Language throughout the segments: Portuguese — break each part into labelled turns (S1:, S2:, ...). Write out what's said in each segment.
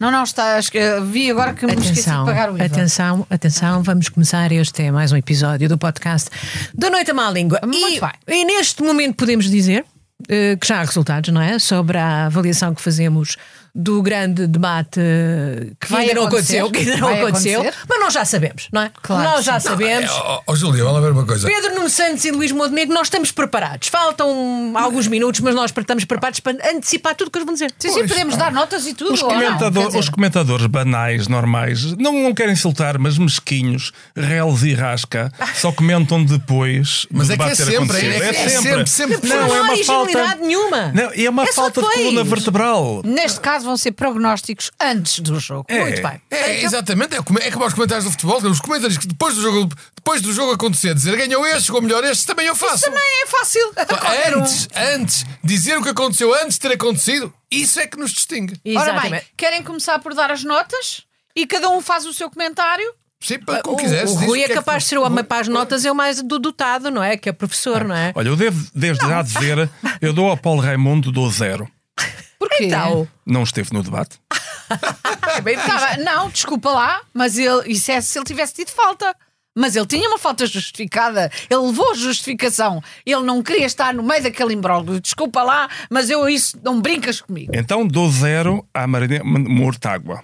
S1: Não, não, está. acho que- eh, Vi agora que me esqueci de
S2: Atenção,
S1: pagar o IVA.
S2: atenção, atenção, vamos começar este é mais um episódio do podcast da Noite à Má Língua.
S1: Muito
S2: e,
S1: bem.
S2: e neste momento podemos dizer eh, que já há resultados, não é? Sobre a avaliação que fazemos do grande debate eh, que
S1: Vai
S2: ainda não
S1: acontecer.
S2: aconteceu, que ainda não
S1: Vai
S2: aconteceu,
S1: acontecer.
S2: mas nós já sabemos, não é?
S1: Claro que é
S2: nós já
S3: É,
S2: sabemos.
S4: Ó oh, Júlia, vamos lá ver uma coisa.
S2: Pedro Nuno Santos e Luís Montenegro, nós estamos preparados. Faltam alguns minutos, mas nós estamos preparados para antecipar tudo o que eles vão dizer.
S1: Sim, sim, podemos dar notas e tudo.
S3: Os,
S1: ou não?
S3: comentador-
S1: Quer dizer,
S3: os comentadores banais, normais, não, não querem insultar, mas mesquinhos, reles e rasca, só comentam depois. do
S4: Mas é que é
S3: debate ter
S4: sempre,
S3: acontecido.
S4: é que é sempre, sempre.
S3: Não, é
S2: há
S3: uma
S2: originalidade
S3: falta.
S2: nenhuma.
S3: Não, e é uma
S2: É só
S3: falta de
S2: depois.
S3: coluna vertebral.
S1: Neste caso vão ser prognósticos antes do jogo.
S3: É.
S1: Muito bem.
S4: É, exatamente, é, como- é como aos comentários do futebol, os comentários que depois do jogo, depois do jogo acontecer, dizer ganhou este, jogou melhor este, também eu faço.
S1: Também é fácil. Qualquer um.
S4: Antes, antes, dizer o que aconteceu antes de ter acontecido, isso é que nos distingue.
S1: Ora bem,
S2: Exatamente.
S1: querem começar por dar as notas e cada um faz o seu comentário?
S4: Sim, para
S2: O,
S4: como quiseres.
S2: o
S4: diz
S2: Rui
S4: que
S2: é
S4: que
S2: capaz
S4: tu-
S2: de ser o homem para as notas, é o mais do dotado, não é? Que é professor, não
S4: Ah,
S2: é?
S3: Olha, eu devo desde já dizer, eu dou ao Paulo Raimundo, dou zero.
S1: Porquê?
S4: é.
S2: Então,
S3: Não esteve no debate.
S1: Ah, bem, tá bem. não, desculpa lá, mas ele, isso é se ele tivesse tido falta. Mas ele tinha uma falta justificada, ele levou justificação, ele não queria estar no meio daquele imbróglio. Desculpa lá, mas eu isso não brincas comigo.
S3: Então dou zero à Marina Mortágua.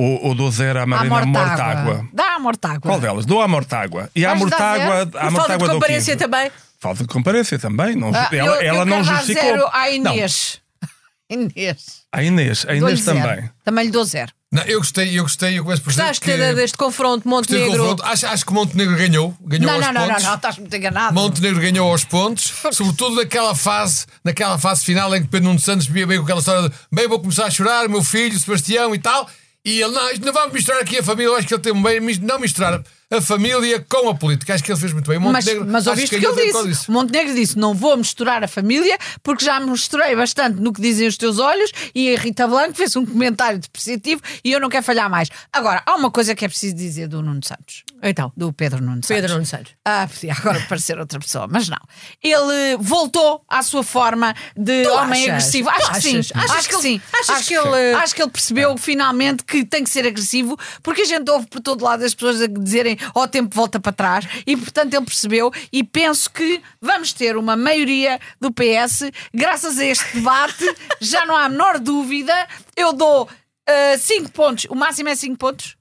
S3: Ou, ou dou zero à
S1: À
S3: Marina Mortágua.
S1: Dá a mortágua.
S3: Qual delas? Dou à Mortágua. E à
S1: Vais dar
S3: Mortágua. à
S2: e falta de
S3: Mortágua dou
S2: comparência
S3: 15.
S2: também.
S3: Falta de comparência também. Não,
S1: Ah,
S3: ela
S1: eu,
S3: ela
S1: eu
S3: não
S1: quero dar
S3: justificou.
S1: zero à
S3: Não,
S1: Inês. Inês.
S3: à Inês. A
S1: Dou-lhe
S3: Inês
S1: zero.
S3: também.
S1: Também lhe dou zero.
S4: Não, eu gostei, eu gostei, eu começo por dizer
S2: Gostaste
S4: que-
S2: de- deste confronto
S4: gostei do
S2: Montenegro?
S4: confronto. Acho, acho que Montenegro ganhou. Ganhou
S1: Não,
S4: aos
S1: não, não, não,
S4: pontos.
S1: não, estás muito enganado.
S4: Montenegro ganhou aos pontos, sobretudo naquela fase, naquela fase final em que Pedro Nuno Santos via bem com aquela história de bem, vou começar a chorar, meu filho, Sebastião e tal. E ele, não, isto não vamos misturar aqui a família, eu acho que ele tem um bem, mis- não misturar a família com a política. Acho que ele fez muito bem.
S1: Mas,
S4: Ah, Montenegro,
S1: mas
S4: acho é
S1: ouviste o que
S4: ganhou
S1: ele
S4: por causa
S1: disse.
S4: disso.
S1: Montenegro disse: não vou misturar a família, porque já misturei bastante no que dizem os teus olhos, e a Rita Blanco fez um comentário depreciativo e eu não quero falhar mais. Agora, há uma coisa que é preciso dizer do Nuno Santos,
S2: Então,
S1: do Pedro Nuno Santos.
S2: Pedro Nuno Santos.
S1: Ah, podia agora parecer outra pessoa, mas não. Ele voltou à sua forma de
S2: Tu
S1: homem
S2: achas?
S1: agressivo.
S2: Tu
S1: Acho que sim.
S2: achas? Achas
S1: Acho que
S2: que ele-
S1: sim.
S2: achas
S1: Acho
S2: que ele-
S1: Acho que ele percebeu finalmente que tem que ser agressivo, porque a gente ouve por todo lado as pessoas a dizerem ó, o tempo volta para trás, e portanto ele percebeu. E penso que vamos ter uma maioria do PS, graças a este debate, já não há a menor dúvida. Eu dou 5 pontos, o máximo é 5 pontos.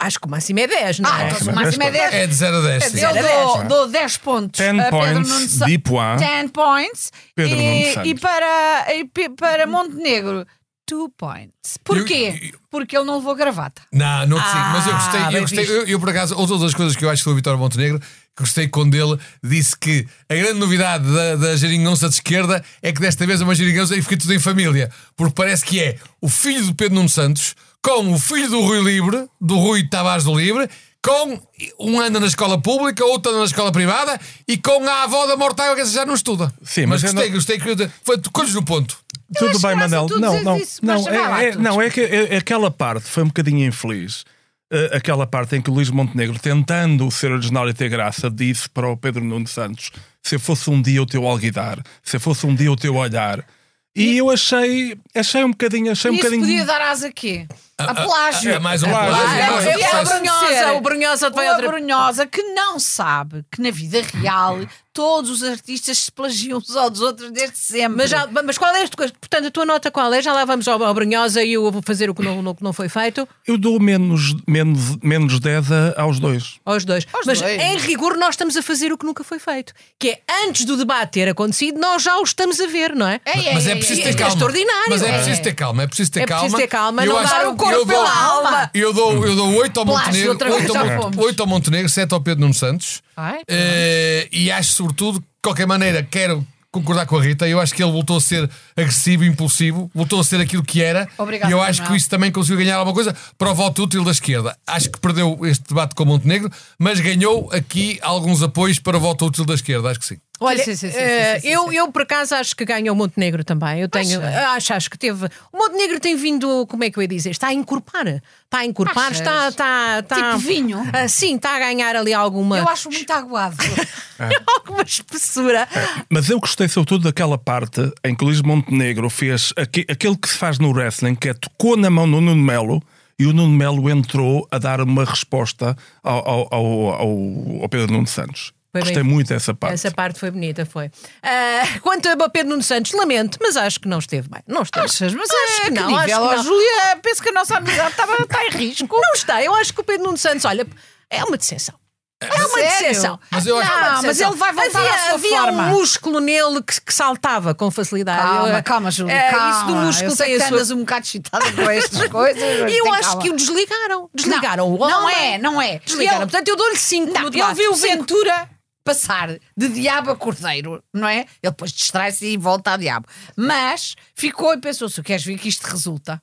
S2: Acho que o máximo é 10, não
S1: Ah,
S2: é?
S1: então o máximo é 10.
S4: É de 0 a 10. sim.
S1: Eu dou, dou 10 pontos
S3: 10
S1: a Pedro
S3: points,
S1: Nuno Sa-
S3: de points.
S1: 10 points.
S3: Pedro Nuno
S1: e,
S3: Santos.
S1: e para, e pe- para Montenegro, 2 points. Porquê?
S4: Eu-
S1: Porque ele não levou gravata.
S4: Não, não consigo, mas eu
S2: Ah,
S4: gostei,
S2: bem
S4: eu gostei,
S2: visto.
S4: eu, eu, por acaso, outra das coisas que eu acho sobre o Vitório Montenegro, que gostei quando ele disse que a grande novidade da, da geringonça de esquerda é que desta vez é uma geringonça e fica tudo em família, porque parece que é o filho do Pedro Nuno Santos com o filho do Rui Libre, do Rui Tavares do Libre, com um anda na escola pública, outro anda na escola privada e com a avó da Mortágua que essa já não estuda.
S3: Sim, mas eu
S4: gostei,
S3: não-
S4: gostei, que foi colhes no ponto.
S3: Tudo
S1: acho
S3: bem,
S1: graça
S3: Manel.
S1: tu
S3: Não,
S1: dizeres
S3: não,
S1: isso, mas
S3: não,
S1: vá lá,
S3: é, é-
S1: tu.
S3: não é que é- aquela parte foi um bocadinho infeliz. Eh, aquela parte em que o Luís Montenegro, tentando ser original e ter graça, disse para o Pedro Nuno Santos: se eu fosse um dia o teu alguidar, se eu fosse um dia o teu olhar. E, eu achei, achei um bocadinho, achei um
S1: Isso
S3: bocadinho.
S1: podia dar asa a quê? A plágio.
S4: É mais um
S3: Ah,
S4: plágio,
S3: ah,
S4: é mais um
S2: é- é
S4: processo.
S2: Brunhosa, o Brunhosa vai
S1: Ou a
S2: outra-
S1: Brunhosa que não sabe que na vida real todos os artistas se plagiam uns aos outros desde sempre.
S2: Mas, já, mas qual é este? Portanto, a tua nota qual é? Já lá vamos ao, ao Brunhosa e eu vou fazer o que não, o que não foi feito.
S3: Eu dou menos, menos, menos 10 a- aos dois.
S2: Aos dois.
S1: Aos
S2: Mas
S1: dois.
S2: em rigor nós estamos a fazer o que nunca foi feito. Que é antes do debate ter acontecido, nós já o estamos a ver, não é?
S1: Ei, ei,
S4: Mas é
S1: ei,
S4: preciso
S1: ei,
S4: ter
S1: ei.
S4: calma.
S2: extraordinário.
S4: Mas é
S2: É.
S4: preciso ter calma, é preciso ter
S2: É
S4: calma.
S2: preciso ter calma,
S4: Eu
S2: não
S4: acho-
S2: dar o corpo
S4: eu dou-
S2: pela alma.
S4: Eu dou, eu dou 8 ao
S1: Plágio,
S4: Montenegro,
S1: outra vez
S4: 8
S1: já
S4: ao, Mont-
S1: fomos.
S4: 8 ao Montenegro, 7 ao Pedro Nuno Santos.
S2: Ai,
S4: Eh, e acho, sobretudo, de qualquer maneira, quero concordar com a Rita. Eu acho que ele voltou a ser agressivo, impulsivo, voltou a ser aquilo que era.
S1: Obrigada,
S4: e eu acho
S1: Manuel.
S4: que isso também conseguiu ganhar alguma coisa para o voto útil da esquerda. Acho que perdeu este debate com o Montenegro, mas ganhou aqui alguns apoios para o voto útil da esquerda. Acho que sim.
S2: Olha,
S1: Sim, sim, sim, sim,
S2: eh,
S1: sim, sim,
S2: eu,
S1: sim.
S2: eu por acaso acho que ganha o Montenegro também. Eu tenho, eh, acho, acho que teve. O Montenegro tem vindo, como é que eu ia dizer? Está a encorpar. Está a encorpar,
S1: Achas?
S2: está, está, está.
S1: Tipo vinho?
S2: Ah, sim, está a ganhar ali alguma.
S1: Eu acho muito aguado.
S2: alguma espessura.
S1: É.
S3: Mas eu gostei sobretudo daquela parte em que o Luís Montenegro fez aque- aquele que se faz no wrestling, que é tocou na mão do Nuno Melo e o Nuno Melo entrou a dar uma resposta ao, ao, ao, ao- ao Pedro Nuno Santos.
S2: Foi bem
S3: gostei
S2: feito.
S3: muito dessa parte.
S2: Essa parte foi bonita, foi. Ah, quanto a Pedro Nuno Santos, lamento, mas acho que não esteve bem. Não esteve.
S1: Achas? Mas
S2: Ah,
S1: acho que
S2: não,
S1: não, nível,
S2: acho que
S1: ó,
S2: não.
S1: Júlia, penso que a nossa amizade estava, está em risco.
S2: Não está. Eu acho que o Pedro Nuno Santos, olha, é uma decepção. É uma
S1: Sério?
S2: decepção.
S4: Mas eu acho-
S2: É uma
S1: Não, mas
S2: decepção.
S1: ele vai voltar
S2: havia,
S1: à sua
S2: havia
S1: forma.
S2: um músculo nele que, que saltava com facilidade.
S1: Calma,
S2: Eu-
S1: calma, Júlia.
S2: É,
S1: calma.
S2: Isso do músculo
S1: eu sei
S2: tem
S1: que
S2: a sua-
S1: andas um bocado excitada com estas coisas. mas
S2: E eu
S1: tem
S2: acho
S1: calma.
S2: que o desligaram. Desligaram o
S1: não,
S2: homem.
S1: não é, não é.
S2: Desligaram.
S1: Ele-
S2: Portanto, eu dou-lhe 5
S1: Não,
S2: no
S1: ele
S2: debate.
S1: viu o
S2: Cinco.
S1: Ventura passar de diabo a cordeiro, não é? Ele depois distrai-se e volta a diabo. Mas ficou e pensou: se queres ver que isto resulta,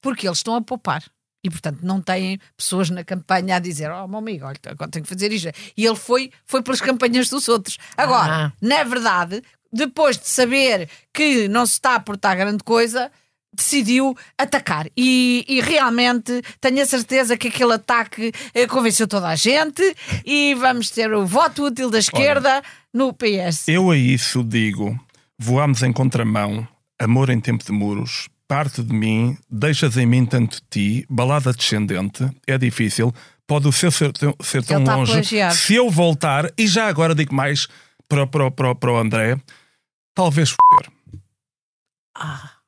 S1: porque eles estão a poupar. E, portanto, não têm pessoas na campanha a dizer: Oh, meu amigo, olha, agora tenho que fazer isto. E ele foi, foi pelas campanhas dos outros. Agora,
S2: Ah.
S1: na verdade, depois de saber que não se está a portar grande coisa, decidiu atacar. E, e realmente tenho a certeza que aquele ataque eh, convenceu toda a gente e vamos ter o voto útil da esquerda no PS.
S3: Eu a isso digo: voamos em contramão, amor em tempo de muros, parte de mim, deixas em mim tanto ti, balada descendente, é difícil, pode o seu ser tão, ser tão
S1: Ele tá a
S3: longe.
S1: plagiar.
S3: Se eu voltar, e já agora digo mais para, para, para, para o André, talvez f.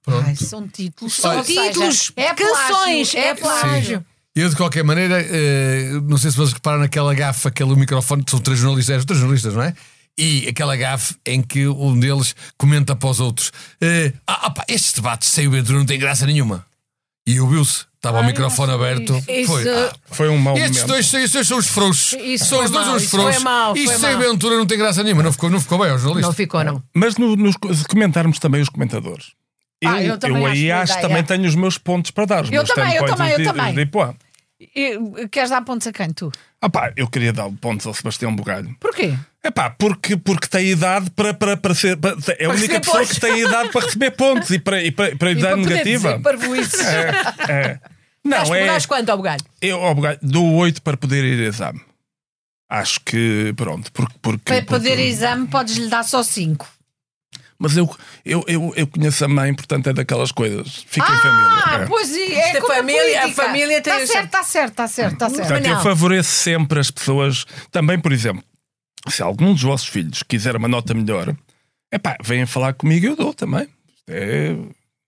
S4: Pronto.
S1: Ai, são títulos,
S4: São
S1: ou seja,
S2: títulos,
S1: é plágio,
S2: canções,
S1: é
S2: é
S1: plágio.
S4: Sim. Eu, de qualquer maneira, eh, não sei se vocês reparam naquela gafe, aquele microfone, são três jornalistas, eram três jornalistas, não é? E aquela gafe em que um deles comenta para os outros: eh, ah, ah, pá, Estes debates sem o Pedro não tem graça nenhuma. E ouviu-se, estava o microfone aberto.
S2: Isso-
S4: Foi. ah,
S3: Foi um mau
S4: estes
S3: momento.
S4: dois, são- estes dois são os frouxos.
S2: Isso
S4: são
S2: foi
S4: os dois
S2: mau,
S4: os
S2: isso foi
S4: frouxos.
S2: mau, foi
S4: Isto sem
S2: mau.
S4: Ventura não tem graça nenhuma. Não ficou, não ficou bem aos
S2: Não
S4: jornalistas.
S2: ficou, não.
S3: Mas no, nos, se comentarmos também os comentadores.
S1: Ah, eu também acho
S3: aí
S1: boa
S3: acho
S1: ideia.
S3: também tenho os meus pontos para dar. Os
S1: Eu
S3: meus
S1: também,
S3: ten
S1: eu
S3: points,
S1: também,
S3: os
S1: eu
S3: de-
S1: também.
S3: os de Ipoá.
S1: E, eh, queres dar pontos a quem tu?
S3: Ah pá, eu queria dar pontos ao Sebastião Bugalho.
S1: Porquê?
S3: É pá, porque, porque tem idade para, para, para ser. para- é a
S2: Para
S3: única
S2: receber
S3: pessoa
S2: pontos.
S3: que tem idade para receber pontos e para, e para, para
S1: E
S3: idade
S1: para poder
S3: negativa.
S1: dizer parvoíces.
S3: É, é.
S2: Dás-
S3: Não, é.
S2: Dás quanto ao bugalho?
S3: Eu ó, Bugalho, dou 8 para poder ir a exame. Acho que. Pronto, porque. porque
S1: Para
S3: porque-
S1: poder exame, podes-lhe dar só 5.
S3: Mas eu, eu, eu, eu conheço a mãe, portanto é daquelas coisas. Fica em família.
S1: Ah,
S3: é.
S1: pois é, é
S2: Isto é
S1: como a,
S2: família, a
S1: política.
S2: família
S1: Está
S2: tem essa-
S1: certo, está certo, está certo, está certo.
S3: Portanto, eu
S2: Não.
S3: favoreço sempre as pessoas. Também, por exemplo, se algum dos vossos filhos quiser uma nota melhor, é pá, venham falar comigo, eu dou também. É,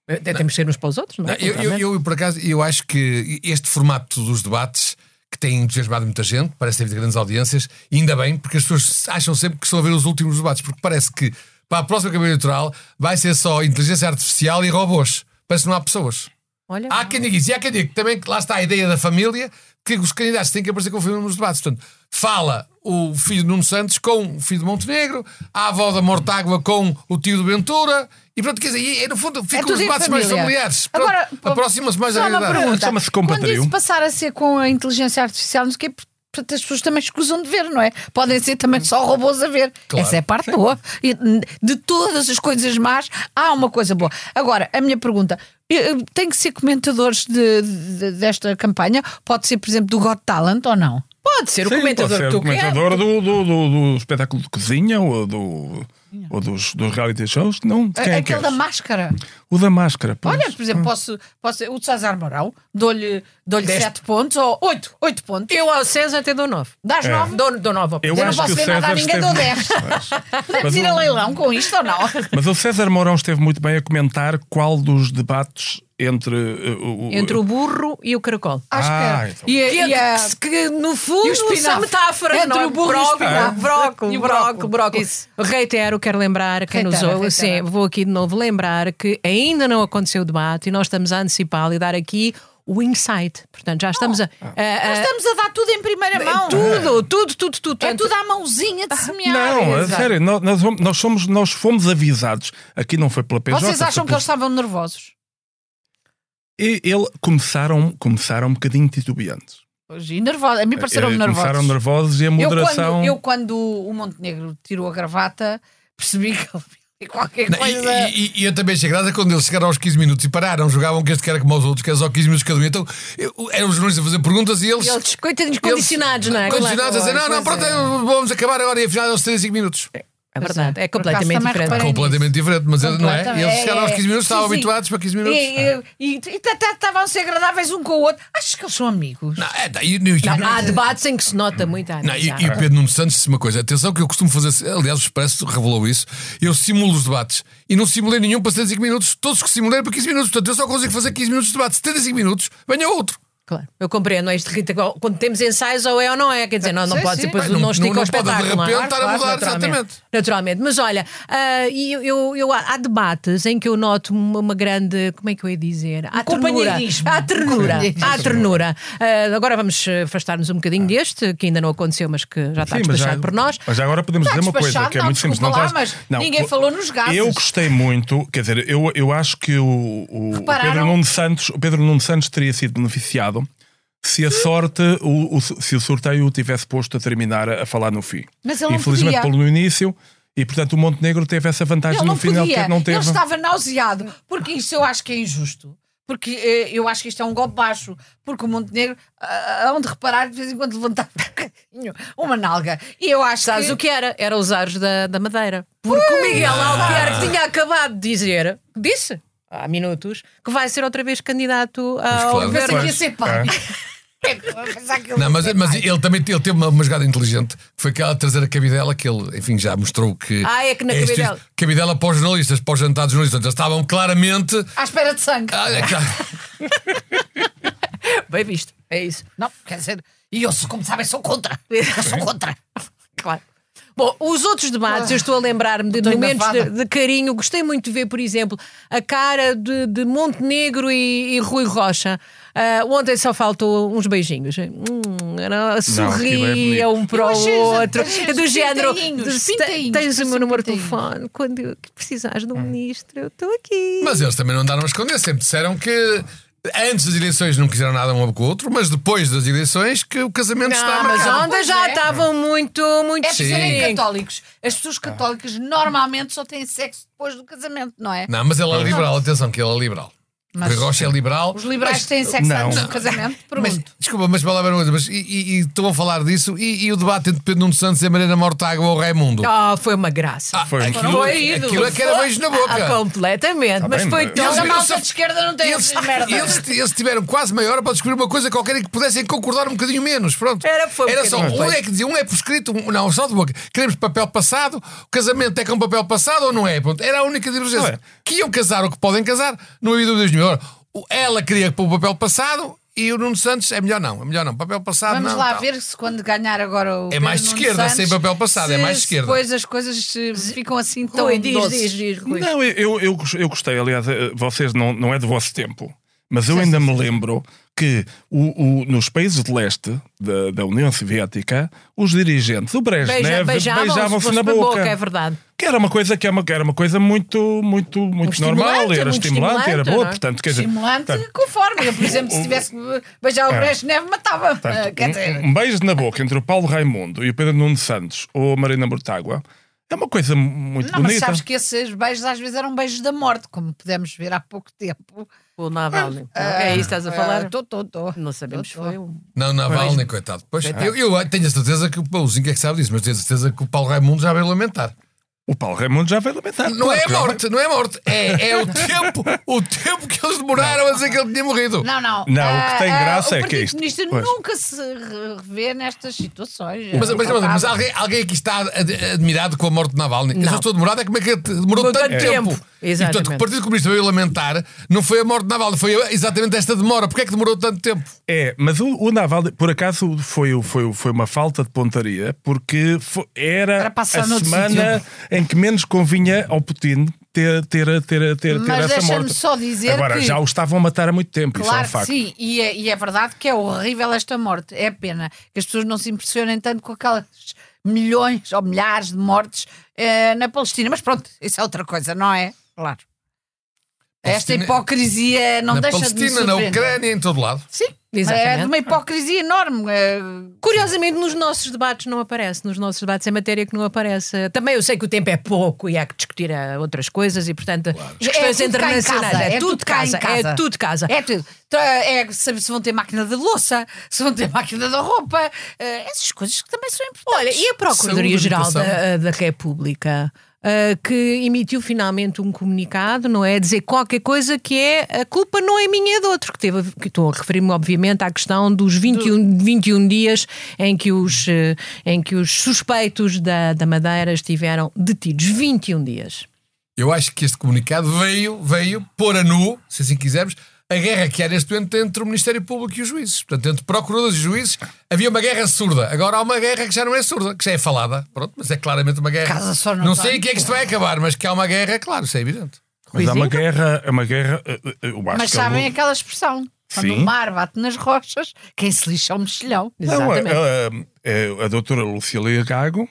S2: Até temos de ser uns para os outros, não
S4: Não,
S2: é?
S4: eu, eu, eu, por acaso, eu acho que este formato dos debates que tem entusiasmado muita gente, parece ter havido grandes audiências, e ainda bem, porque as pessoas acham sempre que estão a ver os últimos debates, porque parece que para a próxima campanha eleitoral vai ser só inteligência artificial e robôs. Parece que não há pessoas.
S2: Olha,
S4: Há quem diga isso, e há quem diga que também que lá está a ideia da família, que os candidatos têm que aparecer com a família nos debates. Portanto, fala o filho de Nuno Santos com o filho de Montenegro, a avó da Mortágua com o tio de Ventura, e pronto, quer dizer, e, e, no fundo ficam
S1: É tudo
S4: os
S1: em
S4: debates mais
S1: família.
S4: familiares.
S1: Agora,
S4: Pronto, Aproximam-se mais
S1: Só
S4: à
S1: uma
S4: realidade.
S1: pergunta.
S3: Chama-se
S4: um
S1: Quando
S3: compadrio.
S1: isso passar a ser com a inteligência artificial, não sei o quê, portanto, as pessoas também escusam de ver, não é? Podem ser também só robôs a ver.
S4: Claro.
S1: Essa é a parte boa. E, hum, De todas as coisas más, há uma coisa boa. Agora, a minha pergunta. eh, Tem que ser comentadores de- de- desta campanha? Pode ser, por exemplo, do Got Talent ou não?
S2: Pode ser o
S3: Sim,
S2: comentador
S3: pode ser
S2: que tu
S3: comentador do, do, do, do espetáculo de cozinha ou, do, ou dos, dos reality shows. Não, de quem é
S1: Aquele
S3: que
S1: da máscara.
S3: O da máscara. pois.
S1: Olha, por exemplo, posso, posso o de César Mourão, dou-lhe dou
S2: Dez.
S1: 7 pontos ou 8, 8 pontos.
S2: queres. Eu ao César até dou 9.
S1: Dás 9?
S2: Dou, dou 9
S3: eu
S1: não
S3: acho
S1: posso
S3: que o
S1: ver nada a
S3: César
S1: ninguém,
S3: esteve
S1: dou
S3: muito- Mas-
S1: Podemos
S3: mas
S1: ir a
S3: o-
S1: leilão com isto ou não?
S3: Mas o César Mourão esteve muito bem a comentar qual dos debates entre eh, o. o-
S2: Entre o burro e o caracol.
S1: Acho
S3: Ah,
S1: que.
S3: então.
S1: E, a-
S2: Que,
S1: e a-
S2: que- que, no fundo
S1: e o espinafre.
S2: são metáfora
S1: Entre
S2: não é?
S1: o burro e o
S2: brócolis,
S1: espinafre.
S2: brócolis,
S1: E o
S2: brócolis,
S1: brócolis.
S2: brócolis.
S1: Isso.
S2: Reitero, quero lembrar a quem nos
S1: Reitera,
S2: ouve, sim,
S1: reitera.
S2: vou aqui de novo lembrar que ainda não aconteceu o debate e nós estamos a antecipá-lo e dar aqui o insight. Portanto, já estamos a. a- a-
S1: nós estamos a dar tudo em primeira mão.
S2: tudo, tudo, tudo, tudo.
S1: É tudo à mãozinha de semear.
S3: Não, a
S1: Exato.
S3: sério, nós, nós fomos- nós, somos, nós fomos avisados. Aqui não foi pela PJ.
S1: Vocês acham
S3: foi
S1: que
S3: pela-
S1: eles estavam nervosos?
S3: E ele começaram, começaram um bocadinho titubeantes.
S1: Hoje, e nervosos. A mim pareceram-me
S3: Eh,
S1: nervosos.
S3: Começaram nervosos e a
S1: Eu
S3: moderação.
S1: quando, eu, quando o Montenegro tirou a gravata, percebi que ele tinha qualquer
S4: Não,
S1: coisa.
S4: e, e- e eu também achei graça quando eles chegaram aos 15 minutos e pararam, jogavam que este que era como aos outros, que era só 15 minutos cada um. Então eu- eram os jornalistas a fazer perguntas e eles.
S2: Eles, coitadinhos,
S4: eles-
S2: condicionados, não é?
S4: Condicionados a dizer, não, não,
S2: Pois
S4: pronto,
S2: é.
S4: vamos acabar agora e afinal eles têm 5 minutos.
S2: É verdade, é
S1: Por acaso
S2: completamente
S1: também
S2: diferente.
S1: reparei
S4: Completamente diferente, mas eles- não é?
S1: Completamente.
S4: Eles chegaram aos 15 minutos,
S1: Sim,
S4: estavam
S1: sim.
S4: habituados para 15 minutos.
S1: E- E e- e até estavam a ser agradáveis um com o outro. Acho que eles são amigos.
S4: Não, é, tá, e- e-
S2: Não, há debates em que se nota muito. há,
S4: Não, e,
S2: há.
S4: e o Pedro Nuno Santos disse uma coisa: atenção, que eu costumo fazer, aliás, o Expresso revelou isso. Eu simulo os debates e não simulei nenhum para 75 minutos, todos que simulei eram para 15 minutos. Portanto, eu só consigo fazer 15 minutos de debate, 75 minutos, venha outro.
S2: Claro, eu compreendo, não é isto, Rita? Quando temos ensaios, ou é ou não é, quer dizer, não, não
S1: Sim,
S2: pode
S1: sim.
S2: ser, depois
S4: Bem,
S2: não,
S4: não-
S2: estica
S4: não-
S2: o
S4: não se pode de
S2: espetáculo. não é?
S4: repente estar a mudar,
S2: naturalmente.
S4: exatamente.
S2: Naturalmente, mas olha, ah, e eu, eu, eu- há debates em que eu noto uma, uma grande, como é que eu ia dizer? Há ternura.
S1: companheirismo.
S2: Há ternura.
S1: Companheirismo.
S2: Há ternura. Ah, agora vamos eh, afastar-nos um
S4: Ah.
S2: bocadinho deste, que ainda não aconteceu, mas que já está
S3: Sim, mas
S2: despachado
S3: já-
S2: por nós.
S3: Mas já agora podemos
S1: Está
S3: dizer uma coisa
S1: despachado,
S3: que é
S1: não,
S3: muito simples.
S1: desculpa
S3: estás-
S1: lá, mas ninguém falou nos gases.
S3: Eu gostei muito, quer dizer, eu, eu acho que o, o- o
S1: Repararam?
S3: Pedro Nuno Santos, o Pedro Nuno Santos teria sido beneficiado se a sorte, o, o- se o sorteio o tivesse posto a terminar a, a falar no fim.
S1: Mas ele não
S3: Infelizmente
S1: podia.
S3: pô-lo no início e, portanto, o Montenegro teve essa vantagem
S1: Ele
S3: no
S1: não
S3: final
S1: podia.
S3: que não teve.
S1: Ele estava nauseado. Porque isso eu acho que é injusto. Porque eh, eu acho que isto é um golpe baixo. Porque o Montenegro, ah, hão de reparar, de vez em quando levantava um bocadinho uma nalga. E eu acho
S2: Sabes
S1: que...
S2: o que era? Era os aros da, da Madeira. Ah! Porque o Miguel Alquerque tinha acabado de dizer, disse há minutos, que vai ser outra vez candidato ao
S4: claro.
S1: Pensei que ia
S3: Pois,
S1: ser pai. Pensar que ele
S4: Não,
S1: ia
S4: mas,
S1: ser
S4: mas
S1: pai.
S4: ele também ele teve uma, uma jogada inteligente, que foi aquela de trazer a cabidela, que ele, enfim, já mostrou que.
S2: Ah, é que na
S4: este-
S2: cabidela.
S4: Cabidela para os jornalistas, para os jantados jornalistas, já estavam claramente.
S1: À espera de sangue.
S4: Ah, é que-
S2: Bem visto, é isso.
S1: Não, quer dizer... E eu, sou- como sabem, sou contra. Eu sou contra. É
S2: Claro. Bom, os outros debates,
S4: Ah,
S2: eu estou a lembrar-me de
S1: Estou
S2: momentos de,
S1: engafada.
S2: de carinho. Gostei muito de ver, por exemplo, a cara de, de Montenegro e, e Rui Rocha. Ah, ontem só faltou uns beijinhos. Hum, era-
S3: aquilo é
S2: sorria
S3: bonito.
S2: um para
S1: Eu
S2: o
S1: achei os-
S2: outro. É
S1: achei os
S2: do género.
S1: pintainhos,
S2: de- se-
S1: pintainhos,
S2: tens o
S1: parecem
S2: meu número de
S1: pintainhos.
S2: telefone. Quando eu- que precisares do ministro, eu estou aqui.
S4: Hum. Mas eles também não andaram a esconder, sempre disseram que antes das eleições não quiseram nada um com o outro, mas depois das eleições que o casamento está
S2: não, Ah, mas
S4: marcado.
S2: ontem
S1: Pois
S2: já
S1: é.
S2: estavam muito, muito
S1: É por serem
S2: chique.
S1: católicos. As pessoas católicas normalmente só têm sexo depois do casamento, não é?
S4: Não, mas ele é liberal, atenção, que ele é liberal.
S1: Mas-
S4: Rui Rocha é liberal.
S1: Os liberais têm sexo
S3: não.
S1: antes do casamento?
S4: Mas,
S1: Pergunto.
S4: desculpa, mas palavra coisa, mas e, e- e estão a falar disso e, e o debate entre Pedro Nuno Santos e a Mariana Mortágua ou Raimundo?
S2: Ah, foi uma graça.
S4: Ah,
S3: foi. um
S4: aquilo,
S2: Foi
S4: aquilo é que era beijo na boca. Tá
S2: Ah, completamente, mas
S3: bem,
S2: foi
S3: mas-
S2: tão
S1: Mas a
S4: eles-
S1: malta
S4: eles-
S1: de esquerda não tem um
S4: eles,
S1: essas merdas.
S4: eles- eles tiveram quase meia hora para descobrir uma coisa qualquer em que pudessem concordar um bocadinho menos. Pronto.
S2: Era- foi um
S4: Era só
S2: bocadinho.
S4: um é que dizia, um é por escrito, um, não, só de boca. Queremos papel passado, o casamento é com papel passado ou não é? Pronto. Era a única divergência.
S3: Não é.
S4: Que iam casar ou que podem casar, não havia dúvidas nenhuma. Ora, o- Ela queria pôr o papel passado e o Nuno Santos é melhor não, é melhor não. Papel passado
S1: Vamos
S4: não.
S1: lá
S4: tal.
S1: ver se quando ganhar agora o.
S4: É
S1: Pedro
S4: mais de
S1: Nuno
S4: esquerda,
S1: Santos,
S4: sem papel passado, é mais de
S1: se
S4: esquerda.
S1: Depois as coisas se- ficam assim tão.
S2: Rui, diz,
S1: doces.
S2: diz, diz, Rui.
S3: Não, eu, eu, eu gos- eu gostei. Aliás, eh, vocês não, não é do vosso tempo, mas eu ainda me lembro que o, o- nos países de leste da, da União Soviética, os dirigentes, o Brezhnev,
S2: Beija, beijavam-se
S3: beijavam-se na
S2: na
S3: boca.
S2: é verdade.
S3: Que era uma coisa que é uma- que era uma coisa muito muito muito normal,
S2: estimulante,
S3: era
S2: muito
S3: estimulante, era
S2: estimulante,
S3: boa,
S2: não é?
S3: portanto, quer dizer, tá.
S1: Estimulante
S3: portanto,
S1: conforme. Eu, por exemplo, se tivesse que beijar o Brezhnev, matava.
S2: eh,
S1: Ah,
S3: Portanto,
S1: Quer
S3: Tá. um-
S1: dizer.
S3: um, beijo na boca entre o Paulo Raimundo e o Pedro Nuno Santos ou a Marina Mortágua É uma coisa muito
S1: Não, mas
S3: bonita.
S1: sabes que esses beijos às vezes eram beijos da morte, como pudemos ver há pouco tempo.
S2: O
S1: Ah,
S2: Navalny. é isso que estás a falar?
S1: Estou, estou, estou.
S2: Não sabemos se
S1: Doutor.
S2: foi um.
S4: Não, Navalny, coitado. Pois, eu, eu tenho a certeza que o Paulozinho é que sabe disso, mas tenho a certeza que o Paulo Raimundo já veio lamentar.
S3: O Paulo Raimundo já vai lamentar.
S4: Não
S3: Claro
S4: é a
S3: que já vai.
S4: morte, não é a morte. É, é o tempo, o tempo que eles demoraram a dizer que ele tinha morrido.
S1: Não, não.
S3: Não, o que tem
S1: Ah, ah,
S3: graça é
S1: o
S3: que é
S1: Partido Comunista
S3: isto. Pois.
S1: nunca se re- revê nestas situações.
S4: Mas, mas, mas, mas
S1: Sabe?
S4: alguém, alguém aqui está ad- admirado com a morte de Navalny. Eu
S2: Não.
S4: só estou demorado, é como é que demorou
S2: Demorou
S4: tanto
S2: tanto
S4: tempo.
S2: tempo.
S4: E, portanto, o
S2: Exatamente.
S4: Partido Comunista veio lamentar, não foi a morte de Navalny, foi exatamente esta demora. Porquê é que demorou tanto tempo?
S3: É, mas o, o Naval, por acaso, foi, o- foi, o- foi uma falta de pontaria, porque fo- era,
S1: Era
S3: a
S1: passar noutro
S3: semana em que menos convinha ao Putin ter, ter, ter, ter, ter
S1: Mas
S3: essa
S1: deixa-me
S3: morte.
S1: só dizer
S3: Agora,
S1: que-
S3: já o estavam a matar há muito tempo, isso é um
S1: Claro que
S3: facto.
S1: sim, e é, e é verdade que é horrível esta morte. É pena que as pessoas não se impressionem tanto com aquelas milhões ou milhares de mortes eh, na Palestina. Mas pronto, isso é outra coisa, não é? Claro. Esta
S4: Palestina-
S1: hipocrisia não
S4: na
S1: deixa de me
S4: Palestina, na
S1: surpreender.
S4: Ucrânia, em todo lado.
S1: Sim, é de
S2: Exatamente.
S1: uma hipocrisia enorme. eh,
S2: Curiosamente, nos nossos debates não aparece. Nos nossos debates é matéria que não aparece. Também eu sei que o tempo é pouco e há que discutir ah, outras coisas e, portanto, as questões
S1: É tudo cá em
S2: internacionais.
S1: casa,
S2: é, tudo de
S1: cá em
S2: casa,
S1: casa.
S2: É tudo de casa.
S1: É tudo. Tra- É saber se vão ter máquina de louça, se vão ter máquina de roupa, eh, essas coisas que também são importantes.
S2: Olha, e a Procuradoria-Geral
S4: Saúde,
S2: da, eh, da República, ah, que emitiu finalmente um comunicado, não é? A Dizer qualquer coisa que é a culpa não é minha, é de outro. Que teve, a- que estou a referir-me, obviamente, à questão dos 21, 21 dias em que os, eh, em que os suspeitos da, da Madeira estiveram detidos. 21 dias.
S4: Eu acho que este comunicado veio, veio pôr a nu, se assim quisermos, a guerra que há neste momento entre o Ministério Público e os juízes. Portanto, entre procuradores e juízes havia uma guerra surda. Agora há uma guerra que já não é surda, que já é falada. Pronto, mas é claramente uma guerra.
S1: Casa só não tá
S4: não
S1: tem.
S4: sei em que é que isto vai acabar, mas que há uma guerra, claro, isso é evidente.
S3: Mas há uma
S2: Ruizinho?
S3: guerra, é uma guerra. eh, eh, Eu acho
S1: Mas
S3: que
S1: sabem
S3: é um-
S1: aquela expressão? Quando
S3: Sim.
S1: o mar bate nas rochas, quem se lixa é o mexilhão.
S3: Não, é- a, eh,
S2: Exatamente.
S3: a, a, a doutora Lucília Gago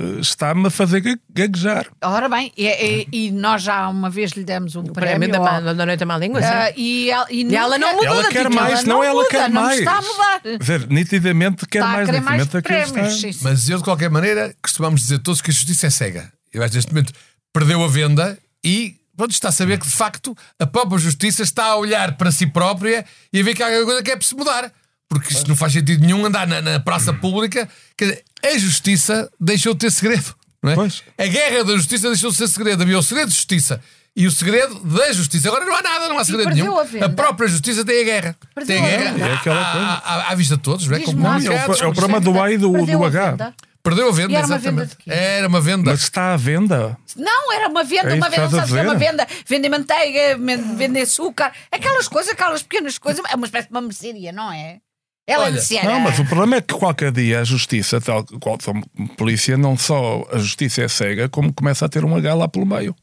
S3: eh, está-me a fazer ga- gaguejar.
S1: Ora bem, e, e- e nós já uma vez lhe demos um
S2: O
S1: prémio.
S2: prémio da, má-
S1: ó,
S2: da noite da má língua, sim.
S1: ah, e ela, e
S2: E ela
S1: nunca-
S2: não mudou
S3: Ela
S2: de
S3: quer
S2: atitude.
S3: mais, não, ela
S1: muda,
S3: quer
S1: não
S3: mais.
S1: está a mudar.
S3: Quer dizer, nitidamente quer
S1: Está a
S3: mais.
S1: querer mais
S3: nitidamente aquilo está-
S1: prémios. sim, sim.
S4: Mas eu, de qualquer maneira, costumamos dizer todos que a justiça é cega. Eu acho que neste momento perdeu a venda e pronto, está a saber que, de facto, a própria justiça está a olhar para si própria e a ver que há alguma coisa que é preciso mudar. Porque isto não faz sentido nenhum andar na, na praça pública. Quer dizer, a justiça deixou de ter segredo. Não é?
S3: Pois.
S4: A guerra da justiça deixou de ser segredo. Havia o segredo de justiça e o segredo da justiça. Agora não há nada, não há segredo
S1: perdeu
S4: nenhum.
S1: a venda.
S4: própria justiça tem a guerra.
S1: Perdeu
S4: tem a
S1: a
S4: guerra.
S1: venda.
S3: É aquela coisa.
S4: À, à- à vista de todos, não é?
S1: Diz-me
S4: Como
S1: lá,
S3: é o-
S4: mercados,
S3: é o
S4: como
S3: programa do A e do,
S1: Perdeu
S3: do
S1: a
S3: H.
S1: venda.
S4: Perdeu a venda,
S1: E era uma venda
S4: exatamente.
S1: de quê?
S4: Era uma venda.
S3: Mas está à venda.
S1: Não, era uma venda, uma
S3: É isso que
S1: venda, não
S3: estás a
S1: sabes o que é uma
S3: dizer?
S1: venda. Vendem manteiga, men- vendem açúcar, aquelas coisas, aquelas pequenas coisas. É uma espécie de uma mercearia, não é? Ela é
S4: Olha,
S1: mercearia.
S3: Não, mas o problema é que qualquer dia a justiça, tal qual como polícia, não só a justiça é cega, como começa a ter um H lá pelo meio.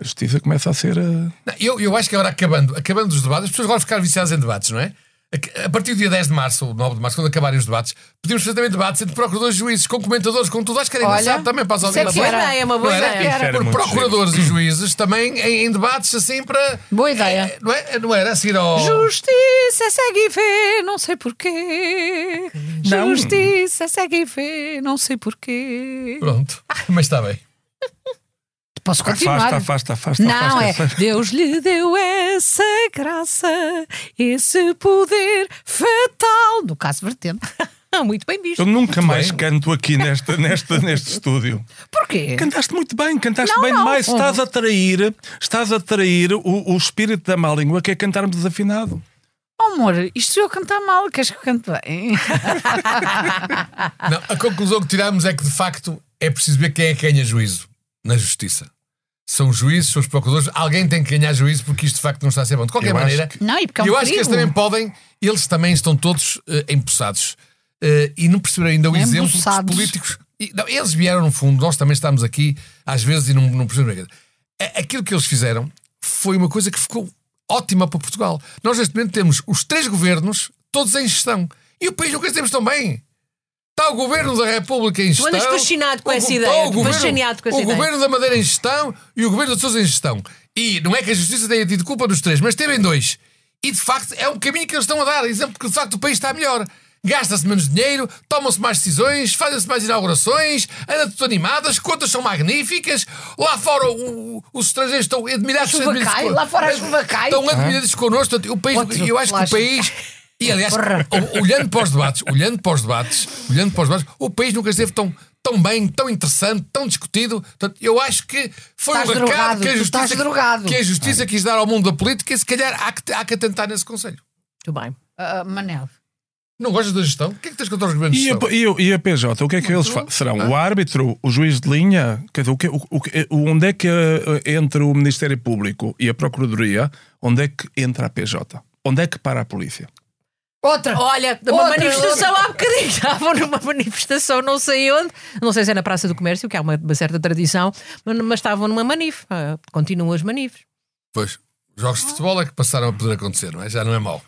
S3: A justiça começa a ser. eh,
S4: Não, eu, eu acho que agora acabando, acabando os debates, as pessoas agora ficaram viciadas em debates, não é? A, a partir do dia 10 de março, ou 9 de março, quando acabarem os debates, podíamos fazer também debates entre procuradores e juízes, com comentadores, com tudo. Acho que era
S1: Olha,
S4: engraçado também para as
S1: isso é
S4: audiências.
S1: que era.
S2: É uma boa
S4: Não
S2: ideia.
S3: Isso era
S4: Porque
S3: muito
S4: procuradores e juízes também em, em debates assim para.
S1: Boa ideia.
S4: Eh, Não, é, não era a seguir ao.
S2: Oh.
S1: Justiça segue e vê, não sei porquê.
S3: Não.
S1: Justiça segue e vê, não sei porquê.
S4: Pronto, mas está bem.
S1: Posso
S3: Afasta,
S1: continuar?
S3: afasta, afasta.
S1: Não, é.
S3: afasta.
S1: Deus lhe deu essa graça, esse poder fatal. No caso vertente.
S2: Ah, muito bem visto.
S3: Eu nunca mais
S4: bem.
S3: canto aqui nesta, nesta, neste estúdio.
S1: Porquê?
S3: Cantaste muito bem, cantaste
S1: Não,
S3: bem
S1: não. Uhum.
S3: demais. Estás a trair, estás a trair o, o espírito da má língua, que é cantarmos desafinado.
S1: Oh, amor, isto se eu cantar mal, queres que eu cante bem?
S4: Não, a conclusão que tiramos é que, de facto, é preciso ver quem é que ganha juízo na justiça. São os juízes, são os procuradores. Alguém tem que ganhar juízo porque isto, de facto, não está a ser bom. De qualquer
S3: Eu acho
S4: maneira,
S3: que-
S1: Não, e porque é um
S4: eu acho que eles
S1: perigo.
S4: também podem, eles também estão todos eh, empossados. Eh, e não perceberam ainda o exemplo que os
S1: Embuçados.
S4: políticos. e- não, eles vieram no fundo, nós também estamos aqui, às vezes, e não, não percebemos. A- Aquilo que eles fizeram foi uma coisa que ficou ótima para Portugal. Nós, neste momento, temos os três governos todos em gestão. E o país nunca esteve tão bem. Está o governo da República em gestão.
S2: andas fascinado com
S4: o
S2: essa
S4: go-
S2: ideia,
S4: está o governo-
S2: fascinado com essa
S4: o
S2: ideia.
S4: governo da Madeira em gestão e o governo de Sousa em gestão. E não é que a justiça tenha tido culpa dos três, mas teve em dois. E de facto é um caminho que eles estão a dar, exemplo que de facto o país está melhor. gasta-se menos dinheiro, tomam-se mais decisões, fazem-se mais inaugurações, anda tudo animado, as contas são magníficas, lá fora o- o- os estrangeiros estão admirados.
S1: A chuva
S4: admirados
S1: cai,
S4: com-
S1: lá fora a chuva cai.
S2: Então-
S4: Estão admirados connosco. portanto, O país,
S1: Outro
S4: eu acho que o
S1: plástico.
S4: país... E aliás, o- olhando para os debates, olhando para os debates, olhando para os debates, o país nunca esteve tão, tão bem, tão interessante, tão discutido. Portanto, eu acho que foi
S1: Estás
S4: um recado
S1: drogado,
S4: que a
S1: tu
S4: justiça,
S1: estás drogado.
S4: que a justiça quis dar ao mundo da política e se calhar há que, há que atentar nesse conselho.
S2: Muito bem.
S1: Ah, Manel.
S4: Não gostas da gestão? O que é que tens contra os governos de
S3: E a,
S4: gestão?
S3: e, o- e a PJ, o que é que eles fa- serão? O árbitro, o juiz de linha? Quer dizer, o que, o, o que- onde é que eh, entra o Ministério Público e a Procuradoria? Onde é que entra a PJ? Onde é que para a polícia?
S1: Outra.
S2: Olha, uma
S1: Outra,
S2: manifestação há bocadinho. Estavam numa manifestação, não sei onde, não sei se é na Praça do Comércio, que há uma, uma certa tradição, mas, mas estavam numa manif. Ah, continuam as manifes.
S4: Pois, jogos de futebol é que passaram a poder acontecer, não é? Já não é mau.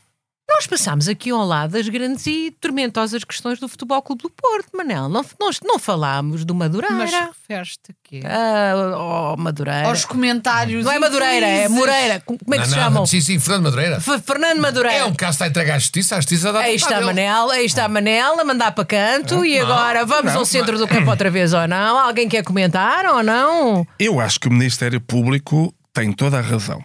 S2: Nós passámos aqui ao lado das grandes e tormentosas questões do Futebol Clube do Porto, Manel. Não, nós não falámos do Madureira.
S1: Mas refere-te a quê?
S2: Ah, oh, Madureira.
S1: Aos comentários.
S2: Não é Madureira, é
S1: infelizes.
S2: Moreira. Como é que
S4: não,
S2: se
S4: não,
S2: chamam?
S4: não. Sim, sim, Fernando Madureira.
S2: F- Fernando Madureira.
S4: É um caso que está a entregar à justiça, a justiça dá
S2: Aí está
S4: Ah,
S2: a
S4: não.
S2: Manel, aí está a Manel a mandar para canto e agora vamos
S4: não,
S2: ao centro do campo outra vez ou não? Alguém quer comentar ou não?
S3: Eu acho que o Ministério Público tem toda a razão.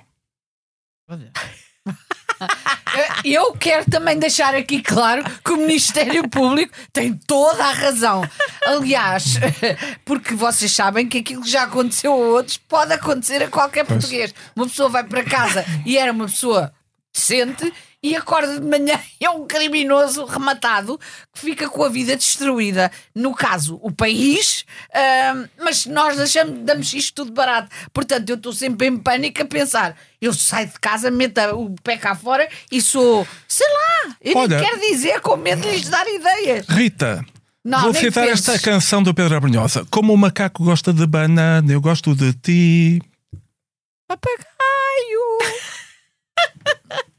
S1: Eh, Eu quero também deixar aqui claro que o Ministério Público tem toda a razão. Aliás, porque vocês sabem que aquilo que já aconteceu a outros pode acontecer a qualquer português. Uma pessoa vai para casa e era uma pessoa decente e acorda de manhã e é um criminoso rematado que fica com a vida destruída. No caso, o país, ahm, mas nós deixamos, damos isto tudo barato. Portanto, eu estou sempre em pânico a pensar. Eu saio de casa, meto o pé cá fora e sou, sei lá, eu
S3: Olha-
S1: nem quero dizer, com medo de lhes dar ideias.
S3: Rita,
S1: Não,
S3: vou
S1: nem
S3: citar
S1: penses.
S3: esta canção do Pedro Abrunhosa. Como o macaco gosta de banana, eu gosto de ti.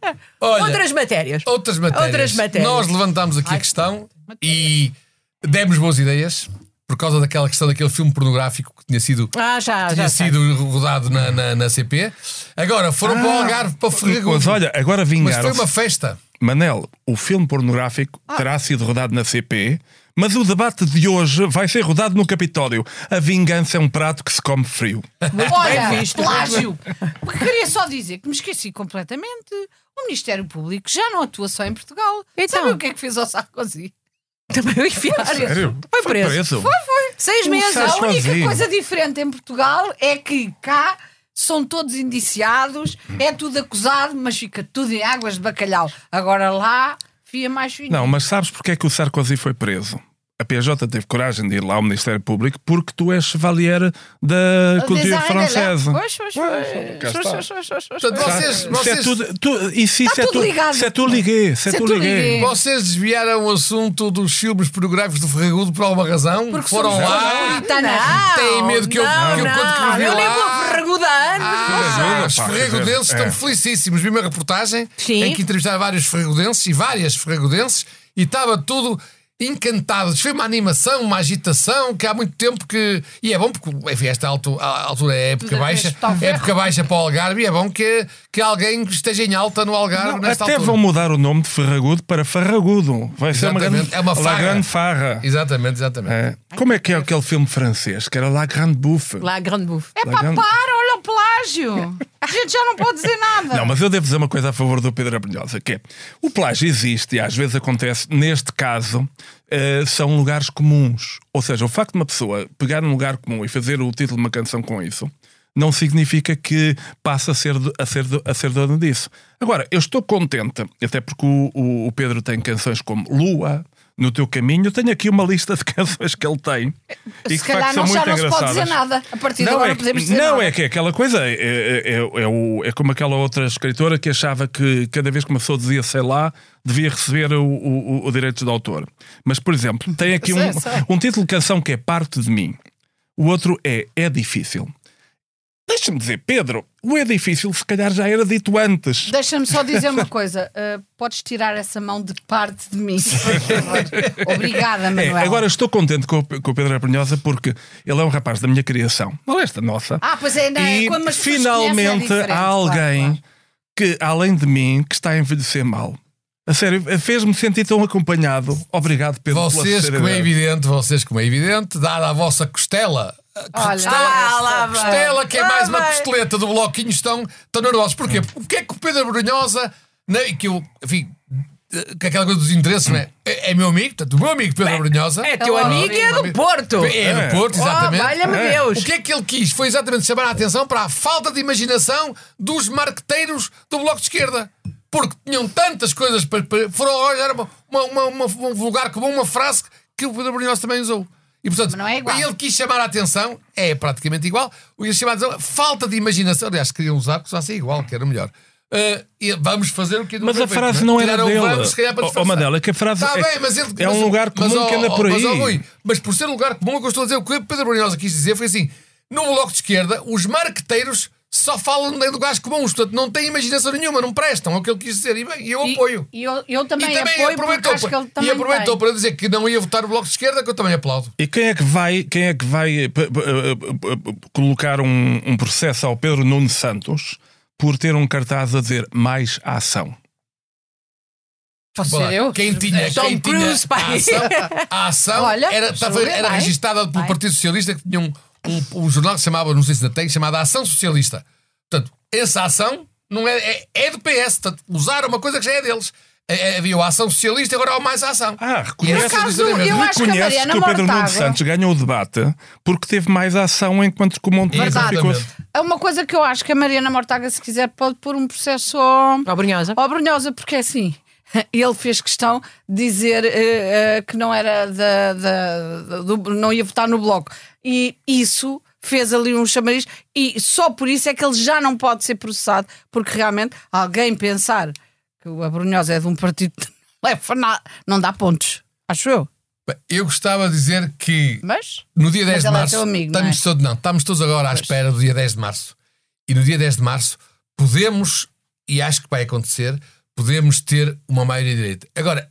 S2: Papagaio!
S4: Olha,
S2: Outras matérias.
S4: Outras matérias.
S2: Outras matérias.
S4: Nós levantámos aqui a questão e demos boas ideias por causa daquela questão daquele filme pornográfico que tinha sido,
S2: Ah, já, já.
S4: tinha
S2: sei.
S4: sido rodado na, na, na CP. Agora foram para o Algarve para Ferragudo.
S3: Ah, Mas olha, agora
S4: Mas foi
S3: vingaram-se.
S4: uma festa.
S3: Manel, o filme pornográfico terá sido rodado na CP, mas o debate de hoje vai ser rodado no Capitólio. A vingança é um prato que se come frio.
S1: Olha,
S2: bem visto.
S1: plágio! Porque queria só dizer que me esqueci completamente. O Ministério Público já não atua só em Portugal.
S2: Então.
S1: Sabem o que é que fez ao Sarkozy?
S2: Também o enfiar.
S3: Sério?
S2: Foi preso. Seis meses.
S3: Sá-
S1: A
S3: Sarkozy.
S1: única coisa diferente em Portugal é que cá são todos indiciados, é tudo acusado, mas fica tudo em águas de bacalhau. Agora lá, fia mais fininho.
S3: Não, mas sabes porque é que o Sarkozy foi preso? A PJ teve coragem de ir lá ao Ministério Público porque tu és chevalier da
S1: Eles dizem,
S3: cultura
S1: "Ah,
S3: francesa.
S1: olha lá, Pois, pois,
S3: Ué, cá
S1: pois.
S3: está.
S1: Pois, pois, pois, pois,
S4: Portanto,
S1: pois.
S4: vocês,
S3: Se é
S4: vocês,
S3: tudo, tu, isso, isso
S1: Está
S3: é
S1: tudo
S3: tu,
S1: ligado.
S3: Se é tu liguei, se é tu liguei.
S4: vocês desviaram o assunto dos filmes pornográficos do Ferragudo por alguma razão.
S1: Porque
S4: foram
S1: somos
S4: lá.
S1: napolitanas.
S4: Têm medo que eu-
S2: não,
S4: que eu conte que
S2: não,
S4: me viu
S2: Eu nem
S4: lá.
S2: vou ferragudo há anos.
S4: Ah,
S3: Ferragudo,
S4: os
S3: pá, quer dizer,
S4: ferragudenses
S3: é.
S4: estão felicíssimos. Vi uma reportagem
S2: Sim.
S4: em que entrevistaram vários ferragudenses e várias ferragudenses e estava tudo encantado. Foi uma animação, uma agitação que há muito tempo que. E é bom porque, enfim, esta altu- a- altura é época
S1: Tudo a
S4: baixa.
S1: resto ao ferro.
S4: Época baixa para o Algarve e é bom que, que alguém esteja em alta no Algarve
S3: Não,
S4: nesta
S3: até
S4: altura.
S3: vão mudar o nome de Ferragudo para Farragudo. Vai ser uma
S4: Exatamente,
S3: grande,
S4: é uma farra.
S3: grande farra.
S4: Exatamente, exatamente.
S3: É. Como é que é aquele filme francês que era La Grande Bouffe?
S2: Lá, grande bufo.
S1: É pá,
S3: Largando.
S1: para, olha o plágio. A gente já não pode dizer nada.
S3: Não, mas eu devo dizer uma coisa a favor do Pedro Abrunhosa, que é, o plágio existe e às vezes acontece, neste caso, eh, são lugares comuns. Ou seja, o facto de uma pessoa pegar um lugar comum e fazer o título de uma canção com isso, não significa que passa a ser, do- a ser, do- a ser dono disso. Agora, eu estou contente, até porque o- o- o Pedro tem canções como Lua, No Teu Caminho, eu tenho aqui uma lista de canções que ele tem. e que, de
S1: Eh, Se
S3: facto,
S1: calhar
S3: são
S1: não, já
S3: muito
S1: não se pode dizer
S3: engraçadas.
S1: nada. A partir de agora
S3: é,
S1: não
S3: que-
S1: podemos dizer
S3: não
S1: nada.
S3: é que é aquela coisa, é, é, é- é o- é como aquela outra escritora que achava que cada vez que uma pessoa dizia sei lá, devia receber o, o, o- o direito de autor. Mas, por exemplo, tem aqui um, um título de canção que é Parte de mim, o outro é É Difícil. Deixa-me dizer, Pedro, o É Difícil se calhar já era dito antes.
S1: Deixa-me só dizer uma coisa. Uh, podes tirar essa mão de parte de mim, por favor. Obrigada,
S3: É,
S1: Manuel.
S3: agora estou contente com o, Pe- com o Pedro Abrunhosa porque ele é um rapaz da minha criação, não é esta nossa.
S1: Ah, pois é, não é?
S3: e
S1: Quando as pessoas
S3: finalmente
S1: conhecem é diferente,
S3: há
S1: claro,
S3: alguém
S1: claro.
S3: que, além de mim, que está a envelhecer mal. A sério, fez-me sentir tão acompanhado. Obrigado, Pedro. pela
S4: Vocês, como é
S3: sinceridade.
S4: evidente, vocês, como é evidente, dada a vossa costela. a
S1: Olha, ah, lá vai.
S4: costela, que é
S1: Lá
S4: mais uma
S1: vai.
S4: costeleta do bloquinho, estão, estão nervosos. Porquê? Porque é que o Pedro Brunhosa, né, e que eu, enfim, eh, que aquela coisa dos interesses, não é? É, é meu amigo, portanto, o meu amigo Pedro Brunhosa.
S2: É teu amigo e é do Porto.
S4: É do Porto, exatamente.
S2: Oh, valha-me Deus.
S4: O que é que ele quis? Foi exatamente chamar a atenção para a falta de imaginação dos marqueteiros do Bloco de Esquerda. Porque tinham tantas coisas para. para- foram olhar uma, uma, uma, uma, um vulgar como uma frase que o Pedro Brunhosa também usou. E portanto,
S1: Mas não é igual.
S4: ele quis chamar a atenção, é praticamente igual. O que ele chamar a atenção, falta de imaginação. Aliás, queriam usar porque já sei igual, que era melhor. Ah, e vamos fazer o que
S3: Mas a
S4: Pedro
S3: frase
S4: fez,
S3: não
S4: é?
S3: era
S4: Tiraram o
S3: dele.
S4: vamos, se calhar, para
S3: Oh, oh,
S4: disfarçar.
S3: Manel, é que a frase
S4: Tá
S3: é-
S4: bem, mas ele-
S3: é um
S4: mas-
S3: lugar
S4: mas,
S3: comum que
S4: ó,
S3: anda
S4: ó,
S3: por
S4: Mas, ó,
S3: aí.
S4: Rui, mas por ser um lugar comum, o que eu estou a dizer, o que o Pedro Brunhosa quis dizer foi assim: no Bloco de Esquerda, os marqueteiros só falam em lugares comuns, portanto não têm imaginação nenhuma, não prestam, é o que ele quis dizer, e bem, eu
S1: E-
S4: um apoio.
S1: E, eu, eu também,
S4: E
S1: apoio porque acho que ele também
S4: e aproveitou
S1: tem.
S4: para dizer que não ia votar o Bloco de Esquerda, que eu também aplaudo.
S3: E quem é que vai, quem é que vai eh, p- p- eh, p- p- colocar um, um processo ao Pedro Nuno Santos por ter um cartaz a dizer mais ação?
S1: Posso
S4: Bora.
S1: ser eu?
S4: Quem tinha,
S1: Tom
S4: quem
S1: Cruise,
S4: tinha
S1: pá.
S4: a ação, a ação
S1: Olha,
S4: era, tava-
S1: sobre,
S4: era
S1: vai.
S4: registada pelo
S1: Vai.
S4: Partido Socialista que tinha um, um, um jornal que se chamava, não sei se ainda tem, chamada Ação Socialista. Portanto, essa ação não é, é, é do PS, portanto, usaram uma coisa que já é deles. É- é- havia a ação socialista, agora há o mais ação.
S3: Ah,
S4: E
S3: reconhece,
S4: essa
S1: acaso,
S4: exatamente.
S1: eu acho que a
S3: reconhece
S1: Mariana
S3: que o Pedro Nuno
S1: Mortágua-
S3: Santos ganhou o debate porque teve mais ação enquanto que o Montenegro
S1: Verdade.
S3: ficou.
S1: É uma coisa que eu acho que a Mariana Mortaga, se quiser, pode pôr um processo ao,
S4: é?
S2: Ó, Brunhosa.
S1: ao Brunhosa, porque é assim. Ele fez questão de dizer eh, eh, que não era da, da- da- do- não ia votar no bloco. E isso fez ali um chamariz, e só por isso é que ele já não pode ser processado, porque realmente alguém pensar que a Brunhosa é de um partido que não leva nada, não dá pontos, acho eu.
S4: Bem, Eu gostava de dizer que
S1: Mas
S4: no dia 10
S1: Mas
S4: de
S1: ela é
S4: março.
S1: teu amigo, não
S4: estamos,
S1: é?
S4: todos, não, estamos todos agora à espera do dia 10 de março. E no dia 10 de março podemos, e acho que vai acontecer, podemos ter uma maioria direita. Agora,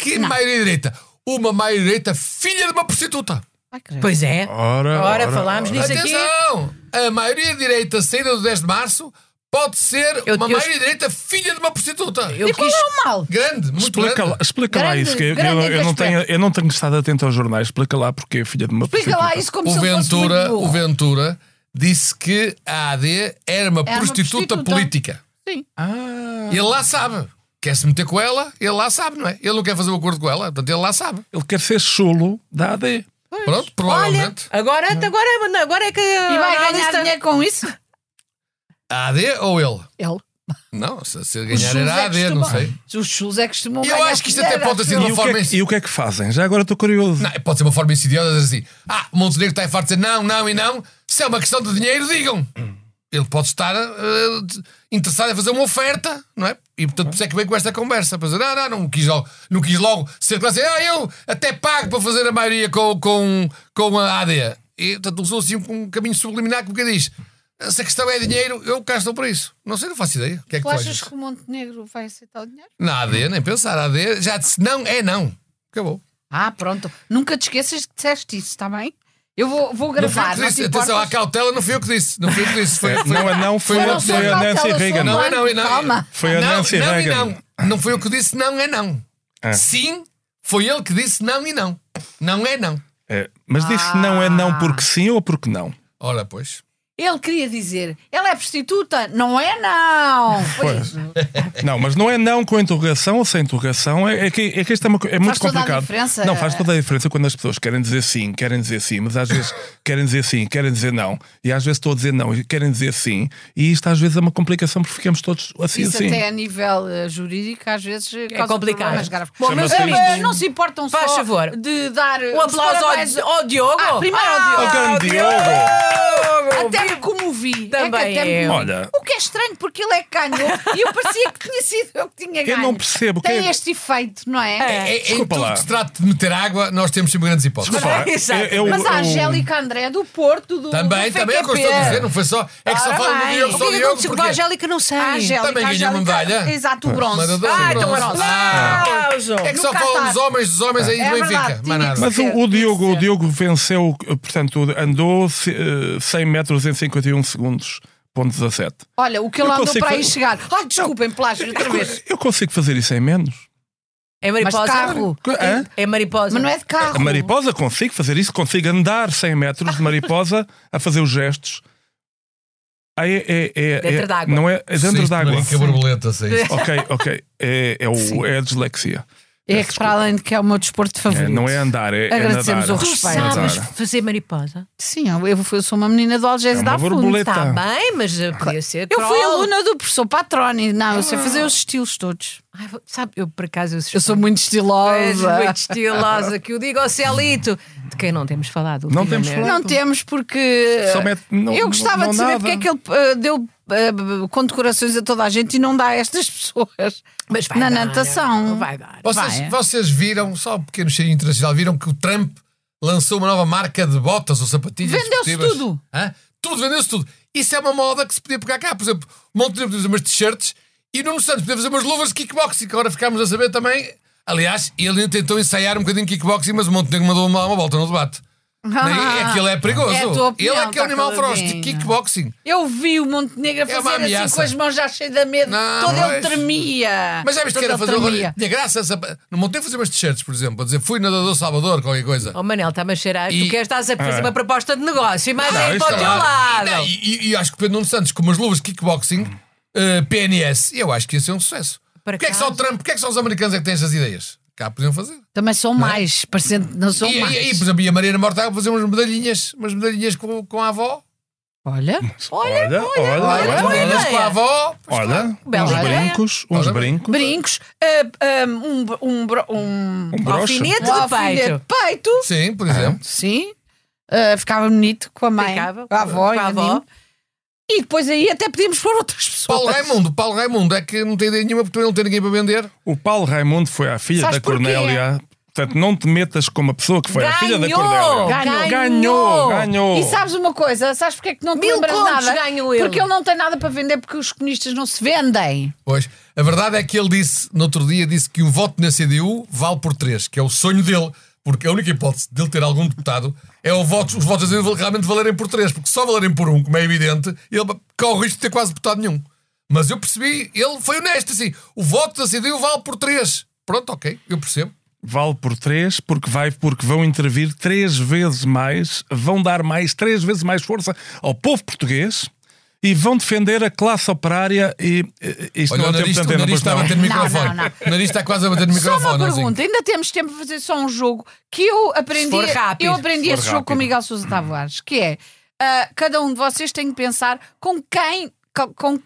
S4: que maioria direita? Uma maioria direita filha de uma prostituta.
S1: Ai, credo.
S2: Pois é.
S3: Ora,
S2: Ora, falámos nisso aqui.
S4: Atenção! A maioria direita saída do 10 de março pode ser
S2: Eu-
S4: uma
S2: eu-
S4: maioria direita filha de uma prostituta.
S2: Eu quis...
S1: Não mal.
S4: Grande, muito
S3: Explica lá,
S4: grande.
S3: explica lá
S1: Grande-
S3: isso, que eu,
S1: grande
S3: eu- eu não
S1: aspecto.
S3: tenho, eu não tenho estado atento aos jornais. Explica lá porque é filha de uma
S1: Explica lá
S3: prostituta.
S1: isso como
S4: tipo, o
S1: se eu fosse
S4: Ventura,
S1: muito burro.
S4: o Ventura disse que a AD era uma,
S1: Era uma
S4: prostituta,
S1: prostituta.
S4: política.
S1: Sim.
S3: Ah,
S4: Ele lá sabe. Quer se meter com ela, ele lá sabe, não é? Ele não quer fazer um acordo com ela, portanto ele lá sabe.
S3: ele quer ser chulo da AD.
S4: Pronto,
S2: Olha,
S4: provavelmente.
S2: agora, agora, agora é que...
S1: E vai ganhar dinheiro com isso?
S4: A AD ou ele?
S1: Ele.
S4: Não, se, se
S1: Os
S4: ganhar
S1: chulos
S4: era
S1: é
S4: a AD, não
S1: costumam-
S4: sei.
S1: Os chulos é que costumam
S4: Eu
S1: ganhar
S4: acho que isto até
S1: dinheiro,
S4: pode ter
S1: acho
S4: sido
S1: eu.
S3: E o,
S4: uma
S3: que é,
S4: forma.
S3: que- e o que é que fazem? Já agora estou curioso.
S4: Não, pode ser uma forma insidiosa de dizer assim: ah, Montenegro está em farto de dizer não, não e não. Se é uma questão de dinheiro, digam. Ele pode estar eh, de- interessado em fazer uma oferta, não é? E portanto, por isso é que vem com esta conversa. Para dizer, não, não, não quis logo, não quis logo ser claro assim, ah, eu até pago para fazer a maioria com, com, com a AD. E portanto, usou assim um, um caminho subliminar que o que diz. Se a questão é dinheiro, eu cá estou para isso. Não sei, não faço ideia. O que é que
S1: Tu
S4: tu
S1: achas
S4: achas?
S1: que o Montenegro vai aceitar o dinheiro?
S4: Na AD, nem pensar. A AD já disse não, é não. Acabou.
S1: Ah, pronto. Nunca te esqueças que disseste isso, está bem? Eu vou, vou
S4: Não fui eu
S1: gravar.
S4: que
S1: Não
S4: disse.
S1: te
S4: Atenção, à
S1: importas?
S4: cautela não fui eu que disse. Não fui eu que disse. Foi,
S3: É,
S4: foi-
S3: não é não, foi
S4: foi
S3: a-
S4: outro-
S3: foi a
S1: cautela,
S3: Nancy
S1: sou
S3: Reagan.
S1: não.
S4: Não é não, é não.
S1: Calma.
S3: Foi a
S4: não,
S3: Nancy
S4: não e
S3: Reagan.
S4: não. Não foi eu que disse não é não.
S3: É.
S4: Sim, foi ele que disse não e não. Não é não.
S3: É, mas disse não é não porque sim ou porque não?
S4: Ora, pois.
S1: Ele queria dizer, ela é prostituta? Não é, não. Pois,
S3: Não, mas não é não com interrogação ou sem interrogação. É, é que, é que isto é, uma co- é muito
S1: toda a
S3: complicado.
S1: diferença.
S3: Não, faz toda a diferença quando as pessoas querem dizer sim, querem dizer sim, mas às vezes querem dizer sim, querem dizer não. E às vezes estou a dizer não e querem dizer sim. E isto às vezes é uma complicação porque ficamos todos assim,
S1: isso
S3: assim.
S1: até a nível eh, jurídico às vezes eh, causa
S2: complicado.
S1: problemas graves.
S2: Bom,
S3: mas
S1: Eh,
S3: isto-
S1: eh, não se importam só
S2: Faz favor.
S1: de dar eh,
S2: Um aplauso ao,
S1: parabéns-
S2: ao Diogo.
S1: Ah, primeiro ao Diogo.
S3: Ao grande
S2: Diogo.
S1: Até me comovi.
S2: Também
S1: é que até me
S2: eu.
S1: comovi.
S3: Olha.
S1: O que é estranho, porque ele é que ganhou e eu parecia que tinha sido eu que tinha
S3: Eu
S1: ganho.
S3: não percebo,
S1: Tem
S3: que é-
S1: este efeito, não é?
S4: É, é, em
S3: Desculpa
S4: tudo
S3: lá.
S4: que se trata de meter água, nós temos sempre grandes hipóteses.
S3: Desculpa lá,
S2: Exato.
S3: eu- eu-
S1: Mas a
S3: eu-
S1: Angélica André do Porto, do.
S4: Também,
S1: do
S4: também é o que eu estou a
S1: FKP.
S4: dizer, não foi só. É que só
S1: Ora
S4: fala do
S1: bem.
S4: Diogo,
S2: O
S4: só
S2: que
S4: do
S2: é que
S4: Diogo.
S2: aconteceu com a
S4: Porque...
S2: Angélica? Não sei.
S1: A Angélica,
S4: Também
S1: a
S4: ganhou
S1: Angélica-
S4: medalha.
S1: Exato, o bronze.
S4: Mas eu dou
S1: Ah,
S4: o
S1: então
S4: bronze.
S1: pronto.
S4: Ah.
S2: Aplauso.
S4: É que só
S1: No
S4: falam
S1: Qatar.
S4: dos homens, dos homens aí
S1: É
S4: do Benfica.
S1: verdade,
S4: Mas
S1: tinha que
S4: nada.
S3: Mas o, o Diogo, o Diogo venceu, eh, portanto, andou se- eh, 100 metros em 51 segundos, ponto 17.
S1: Olha, o que ele
S3: Eu
S1: andou
S3: consigo
S1: para aí
S3: fazer-
S1: chegar. Ai, desculpem, plágio, outra vez.
S3: Eu consigo fazer isso em menos.
S2: É mariposa?
S1: Mas carro.
S3: Hã?
S2: É mariposa.
S1: Mas não é de carro.
S3: A mariposa consigo fazer isso, consigo andar 100 metros de mariposa a fazer os gestos. Aí é, é, é,
S2: Dentro
S3: é-
S2: d'água.
S3: Não é, é dentro d'água.
S4: Que borboleta, sei. isto.
S3: Ok, ok. É, é, o, é a dislexia.
S1: É que para além de que é o meu desporto
S3: É,
S1: favorito.
S3: não é andar, é, é
S1: Agradecemos
S3: nadar.
S1: o
S2: Tu
S1: respeito.
S2: sabes
S3: Nadar.
S2: fazer mariposa?
S1: Sim, eu, eu sou uma menina do Algés
S3: É
S1: da
S3: uma
S1: Fundo.
S3: borboleta.
S2: Está
S3: Tá.
S2: bem, mas eh, podia ser.
S1: Eu fui
S2: crawl.
S1: aluna do professor Patroni. Não, eu sei fazer os estilos todos.
S2: Ai, vou- sabe, eu por acaso eu,
S1: Eu sou muito
S2: És
S1: estilosa.
S2: muito estilosa, que o diga ao Celito, de quem não temos falado.
S3: Não temos
S2: ultimamente.
S3: falado.
S1: Não temos, porque
S3: Só mete- não-
S1: eu gostava
S3: não-
S1: de
S3: não
S1: saber
S3: nada.
S1: porque é que ele eh, deu eh, condecorações a toda a gente e não dá a estas pessoas
S2: Mas vai
S1: na
S2: dar,
S1: natação.
S2: Vai dar.
S1: Vai. é.
S4: Vocês, vocês viram, só um pequeno cheirinho internacional, viram que o Trump lançou uma nova marca de botas ou sapatilhas
S1: Vendeu-se
S4: esportivas?
S1: tudo.
S4: Hã? Tudo, vendeu-se tudo. Isso é uma moda que se podia pegar cá. Por exemplo, um Montenegro podia fazer umas t-shirts e Nuno Santos podia fazer umas luvas de kickboxing, que agora ficámos a saber também. Aliás, ele tentou ensaiar um bocadinho de kickboxing, mas o Montenegro mandou uma, uma volta no debate. Nem- Aquilo é perigoso.
S1: Ah, É a tua opinião,
S4: ele é aquele
S1: tá
S4: animal feroz de
S1: caladinho.
S4: kickboxing.
S1: Eu vi o Montenegro a
S4: É uma
S1: fazer assim
S4: ameaça.
S1: com as mãos já cheias de medo.
S4: Não,
S1: Todo ele
S4: mas-
S1: tremia.
S4: Mas já viste que
S1: Todo
S4: era
S1: ele
S4: fazer
S1: tremia.
S4: uma. Tinha graça. essa- Não montei fazer umas t-shirts, por exemplo, a dizer fui nadador Salvador, qualquer coisa.
S2: Oh Manel, está-me a cheirar.
S4: E-
S2: Tu queres estás a fazer
S3: Ah.
S2: uma proposta de negócio, mas
S4: Não,
S2: é
S3: isso
S2: para o
S3: é
S2: teu
S4: Ah,
S2: lado.
S4: não, E, e- e acho que o Pedro Nuno Santos com umas luvas de kickboxing, eh, PNS, eu acho que ia ser um sucesso.
S2: Por
S4: Porquê é que só
S2: acaso?
S4: o Trump, porquê é que só os americanos é que têm estas ideias? Cá podiam fazer.
S1: Também são mais, parecendo não são
S4: é? E, e,
S1: mais.
S4: e, por exemplo, e a Mariana Mortágua fazer umas medalhinhas, umas medalhinhas com, com a avó.
S1: Olha,
S3: Olha, olha,
S4: Umas
S3: olha.
S2: boa
S4: medalhinhas
S2: ideia.
S4: com a avó. Pois
S3: Olha,
S2: Bela
S3: uns
S2: ideia.
S3: brincos, uns
S4: Olha,
S3: brincos,
S1: brincos, ah, um, um, bro- um,
S3: um broche.
S2: Alfinete
S1: um
S2: de
S1: alfinete
S2: peito.
S1: de peito.
S4: Sim, por
S1: É.
S4: exemplo.
S1: Sim. Ah, ficava bonito com a mãe,
S2: Ficava,
S1: com a avó.
S2: com a
S1: e
S2: avó.
S1: menino. E depois aí até podíamos pôr outras pessoas.
S4: Paulo Raimundo, Paulo Raimundo, é que não tem ideia nenhuma porque também não tem ninguém para vender.
S3: O Paulo Raimundo foi à filha
S1: Sabes
S3: da Cornélia. Portanto, não te metas com uma pessoa que foi à filha da
S2: Ganhou!
S3: Cornélia.
S2: Ganhou!
S3: Ganhou! ganhou.
S1: E sabes uma coisa? Sabes porque é que não te
S2: Mil
S1: lembras
S2: contos
S1: nada?
S2: ganho ele.
S1: Porque ele não tem nada para vender porque os comunistas não se vendem.
S4: Pois, a verdade é que ele disse, no outro dia, disse que um voto na CDU vale por três, que é o sonho dele, porque a única hipótese dele ter algum deputado é o voto, os votos da CDU realmente valerem por três, porque só valerem por um, como é evidente, ele corre o risco de ter quase deputado nenhum. Mas eu percebi, ele foi honesto, assim, o voto da CDU vale por três. Pronto, ok, eu percebo.
S3: Vale por três, porque vai, porque vão intervir três vezes mais, vão dar mais, três vezes mais força ao povo português e vão defender a classe operária e, e isto
S4: Olha, o
S3: não é tempo
S4: nariz,
S3: de
S4: o
S3: antena,
S4: nariz
S3: pois
S4: está a
S3: não.
S4: bater no
S1: Não,
S4: microfone.
S1: não, não.
S4: O nariz está quase a bater no
S1: Só
S4: microfone.
S1: uma
S4: assim.
S1: pergunta, ainda temos tempo para fazer só um jogo que eu aprendi.
S2: for rápido,
S1: eu
S2: se
S1: aprendi
S3: for
S1: esse jogo com o
S3: rápido.
S1: Miguel Sousa Tavares, que é ah, cada um de vocês tem que pensar com quem, com, com,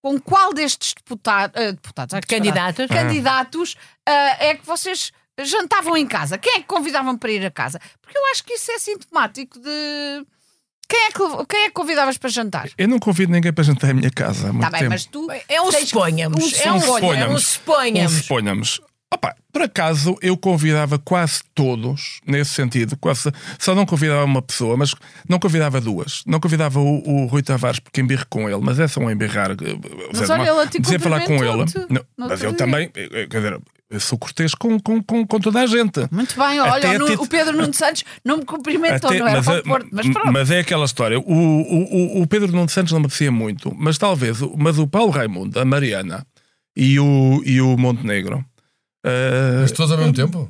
S1: com qual destes deputado, ah, deputados, ai, que
S2: Candidatos.
S1: disparate, candidatos ah, é que vocês jantavam em casa. Quem é que convidavam para ir a casa? Porque eu acho que isso é sintomático de quem é que, quem é que convidavas para jantar?
S3: Eu não convido ninguém para jantar em minha casa. Há muito
S1: Está Tá bem,
S3: tempo.
S1: mas tu
S2: É um
S1: tens-
S2: suponhamos.
S1: um-
S2: é um, olha, é um
S3: suponhamos.
S2: suponhamos.
S3: Um suponhamos. Opa, por acaso eu convidava quase todos nesse sentido, quase, só não convidava uma pessoa, mas não convidava duas. Não convidava o, o Rui Tavares porque embirro com ele, mas é só um embirrar. eh, ou seja,
S1: olha,
S3: não-
S1: ele te
S3: dizer falar com ele.
S1: cumprimentou-te
S3: Não,
S1: no
S3: mas
S1: outro
S3: eu
S1: dia.
S3: também, eh, eh, quer dizer, eu sou cortês com, com, com, com toda a gente.
S1: Muito bem,
S3: Até
S1: olha, o, Nu-
S3: ati-
S1: o Pedro Nuno Santos não me cumprimentou,
S3: Até-
S1: então não era
S3: mas,
S1: para
S3: é-
S1: o Porto, mas pronto.
S3: mas é aquela história. O, o, o- o Pedro Nuno Santos não me apetecia muito, mas talvez, o- mas o Paulo Raimundo, a Mariana e o, e o Montenegro. eh,
S4: Mas todos ao mesmo tempo?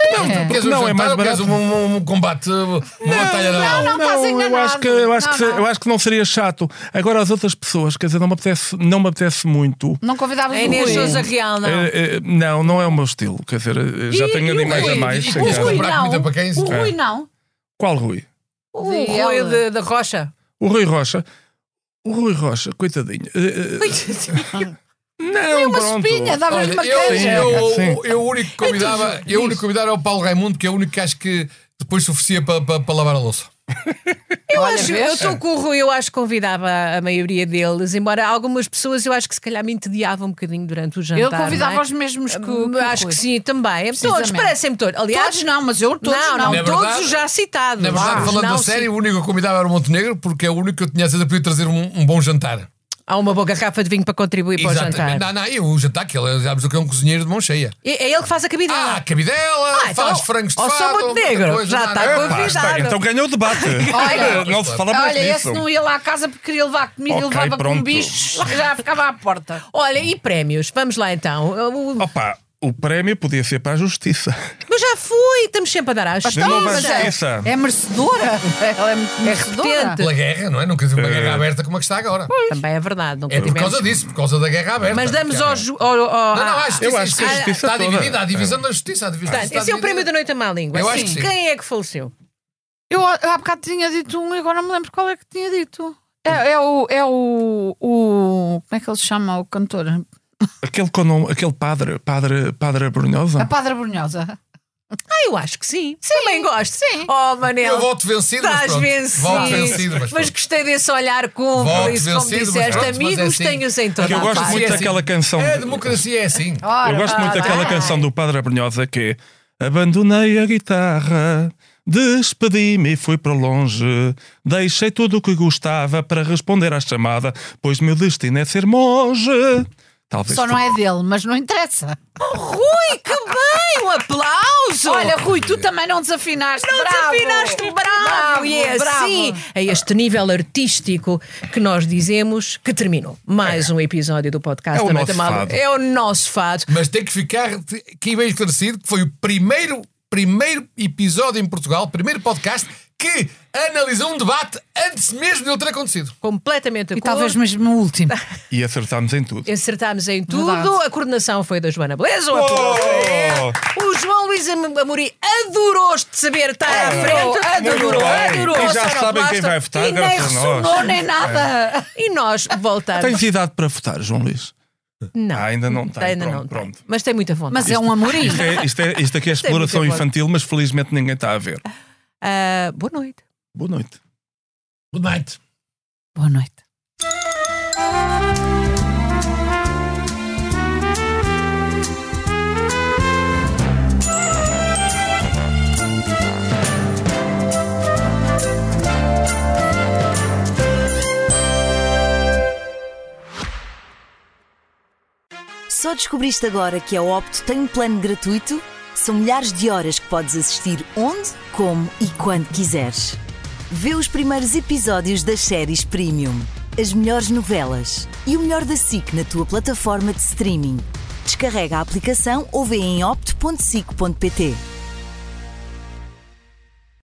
S1: É.
S4: Queres um
S3: Não, é
S4: jantar
S3: mais
S4: ou queres
S3: barato.
S4: um, um- um combate, uma batalha naval?
S1: não, estás
S3: eu
S1: enganado.
S3: acho que eu acho,
S1: Não,
S3: que, se-
S1: não.
S3: eu acho que não seria chato. Agora as outras pessoas, quer dizer, não me apetece, não me apetece muito.
S1: Não convidavas
S2: A
S1: o
S2: É Inês
S1: Rui.
S2: Sousa Real, não.
S3: Eh, eh, não, não é o meu estilo. Quer dizer, eh, já
S1: E-
S3: tenho
S1: e o
S3: animais
S1: Rui?
S3: a mais.
S4: E
S3: em
S4: o
S1: O
S3: casa.
S1: Rui
S4: é comprar comida
S1: não.
S4: para quem?
S1: O Rui não.
S3: Qual Rui?
S2: O
S1: De
S2: Rui
S1: ela.
S2: de- da Rocha.
S3: O Rui Rocha. O Rui Rocha, coitadinho. Eh, eh, não,
S1: é Uma
S3: pronto.
S1: espinha,
S2: Tá
S1: davas-lhe uma
S4: Olha, eu,
S1: canja.
S4: eu,
S3: É, Sim.
S4: eu, eu o único que
S2: É
S4: convidava, eu o único que convidava era o Paulo Raimundo, que é o único que acho que depois se oferecia para pa, pa lavar a louça.
S2: Eu
S1: Olha,
S2: acho,
S1: vês?
S2: eu estou com o Rui, eu acho que convidava a maioria deles, embora algumas pessoas eu acho que se calhar me entediavam um bocadinho durante o jantar.
S1: Eu
S2: não é?
S1: convidava os mesmos que, que o
S2: acho
S1: Rui.
S2: que sim, também. Então, Todos,
S1: Precisamente.
S2: parecem-me todos. Aliás,
S1: Todos não, mas eu todos
S2: não, não,
S1: não. é
S4: Na
S2: todos
S4: verdade-
S2: os já citados.
S4: Na verdade,
S2: Os
S4: falando
S2: não
S4: a sério, o único que eu convidava era o Montenegro, porque é o único que eu tinha a certeza que podia trazer um, um bom jantar.
S2: citados. Há uma boa garrafa de vinho para contribuir para o jantar.
S4: Não, não, e o jantar, que ele sabes o que é um cozinheiro de mão cheia.
S2: É é ele que faz a cabidela.
S4: Ah, cabidela,
S2: Ah, então,
S4: faz frangos de
S2: ao
S4: fado.
S2: São Montenegro,
S4: muita coisa,
S2: já
S4: não,
S2: está
S4: não,
S3: Epá,
S4: não.
S2: convidado.
S3: está, então ganhou o debate.
S1: Olha,
S3: não se fala mais
S1: Olha,
S3: disso.
S1: esse não é ia lá à casa porque queria levar comida
S3: Ok,
S1: e levava com um
S3: pronto.
S1: bichos, já ficava à porta.
S2: Olha, e prémios? Vamos lá então. O- o-
S3: Opa, o prémio podia ser para a justiça.
S2: Mas já fui, estamos sempre a dar à justiça.
S3: novo à
S1: mas é,
S3: justiça.
S1: é merecedora. Ela é muito merecedora.
S2: repetente.
S4: Pela guerra, não é? Nunca teve uma
S3: Eh.
S4: guerra aberta como a que está agora.
S2: Também é verdade. Nunca
S4: É por
S2: tivemos.
S4: causa disso, por causa da guerra aberta.
S2: Mas damos
S4: Porque há-
S2: ao. ju- ao- ao-
S4: Não, não,
S2: à-
S4: há justiça.
S3: Eu acho que a
S4: está-
S3: justiça
S4: Está
S3: toda-
S4: dividida, há a divisão da justiça. há divisão da
S2: Portanto,
S4: justiça,
S2: esse é
S4: está
S2: o prémio da
S4: dividida.
S2: noite à má língua.
S4: Eu acho que sim.
S2: Quem é que faleceu?
S1: Eu há há bocado tinha dito um e agora não me lembro qual é que tinha dito. É, é o, é o, o. Como é que ele se chama o cantor?
S3: Aquele, com o nome- aquele padre, padre, padre
S1: A
S3: Brunhosa.
S1: Padra Brunhosa.
S2: Ah, eu acho que sim. Também gosto.
S1: Sim.
S2: Oh, Manel.
S4: Eu voto vencido, mas
S2: Estás
S4: pronto.
S2: vencido.
S4: Voto vencido, mas pronto.
S2: gostei desse olhar
S4: Voto
S2: cúmplice, como
S4: vencido, mas
S2: disseste.
S4: pronto, mas é
S2: Amigos,
S4: assim.
S2: tenho-os em toda
S3: Que eu
S2: a
S3: gosto
S2: parte.
S3: muito
S4: Sim, é
S3: daquela
S4: assim.
S3: canção.
S4: A democracia é assim.
S1: Ora,
S3: Eu gosto muito
S1: vai.
S2: Ah.
S3: daquela canção do Padre Brunhosa que é Abandonei a guitarra, despedi-me e fui para longe. Deixei tudo o que gostava para responder à chamada, pois meu destino é ser monge. Talvez.
S1: Só não é dele, mas não interessa.
S2: Rui, que bem! Um aplauso!
S1: Olha, Rui, tu também não desafinaste.
S2: Não
S1: bravo.
S2: desafinaste bravo! e é
S1: bravo.
S2: assim, a este nível artístico que nós dizemos que terminou.
S4: É.
S2: Mais um episódio do podcast
S3: É o
S2: da Noite
S3: nosso
S2: Amada.
S3: fado.
S2: É o nosso fado.
S4: Mas tem que ficar aqui bem esclarecido que foi o primeiro, primeiro episódio em Portugal, primeiro podcast, que analisou um debate antes mesmo de ele ter acontecido.
S2: Completamente
S1: E
S2: acordo.
S1: talvez mesmo o último.
S3: E acertámos em tudo.
S2: Acertámos em tudo.
S1: Verdade.
S2: A coordenação foi da Joana Beleza. Um aplauso.
S3: Oh!
S2: O João Luís Am- Amorim adorou-te saber estar à frente.
S3: muito
S2: Adorou,
S3: Ah, bem.
S2: adorou.
S3: E já sabem quem vai votar,
S2: E nem
S3: graças a
S2: ressonou.
S3: nós. É. Ah,
S1: Não, nem nada.
S2: E nós voltamos.
S3: Tens idade para votar, João Luís?
S2: Não.
S3: Ah, ainda não tem.
S2: Ainda
S3: Pronto,
S2: não tem.
S3: pronto.
S2: Mas tem muita vontade.
S1: Mas é um amorinho.
S3: Isto, é, isto, é- isto aqui é
S2: é muito
S3: exploração
S2: bom.
S3: infantil, mas felizmente ninguém está a ver.
S2: Ah, boa noite.
S3: Boa noite.
S4: Good night.
S1: Boa noite.
S5: Só descobriste agora que a Opto tem um plano gratuito? São milhares de horas que podes assistir onde, como e quando quiseres. Vê os primeiros episódios das séries Premium, as melhores novelas e o melhor da SIC na tua plataforma de streaming. Descarrega a aplicação ou vê em opto.sic.pt.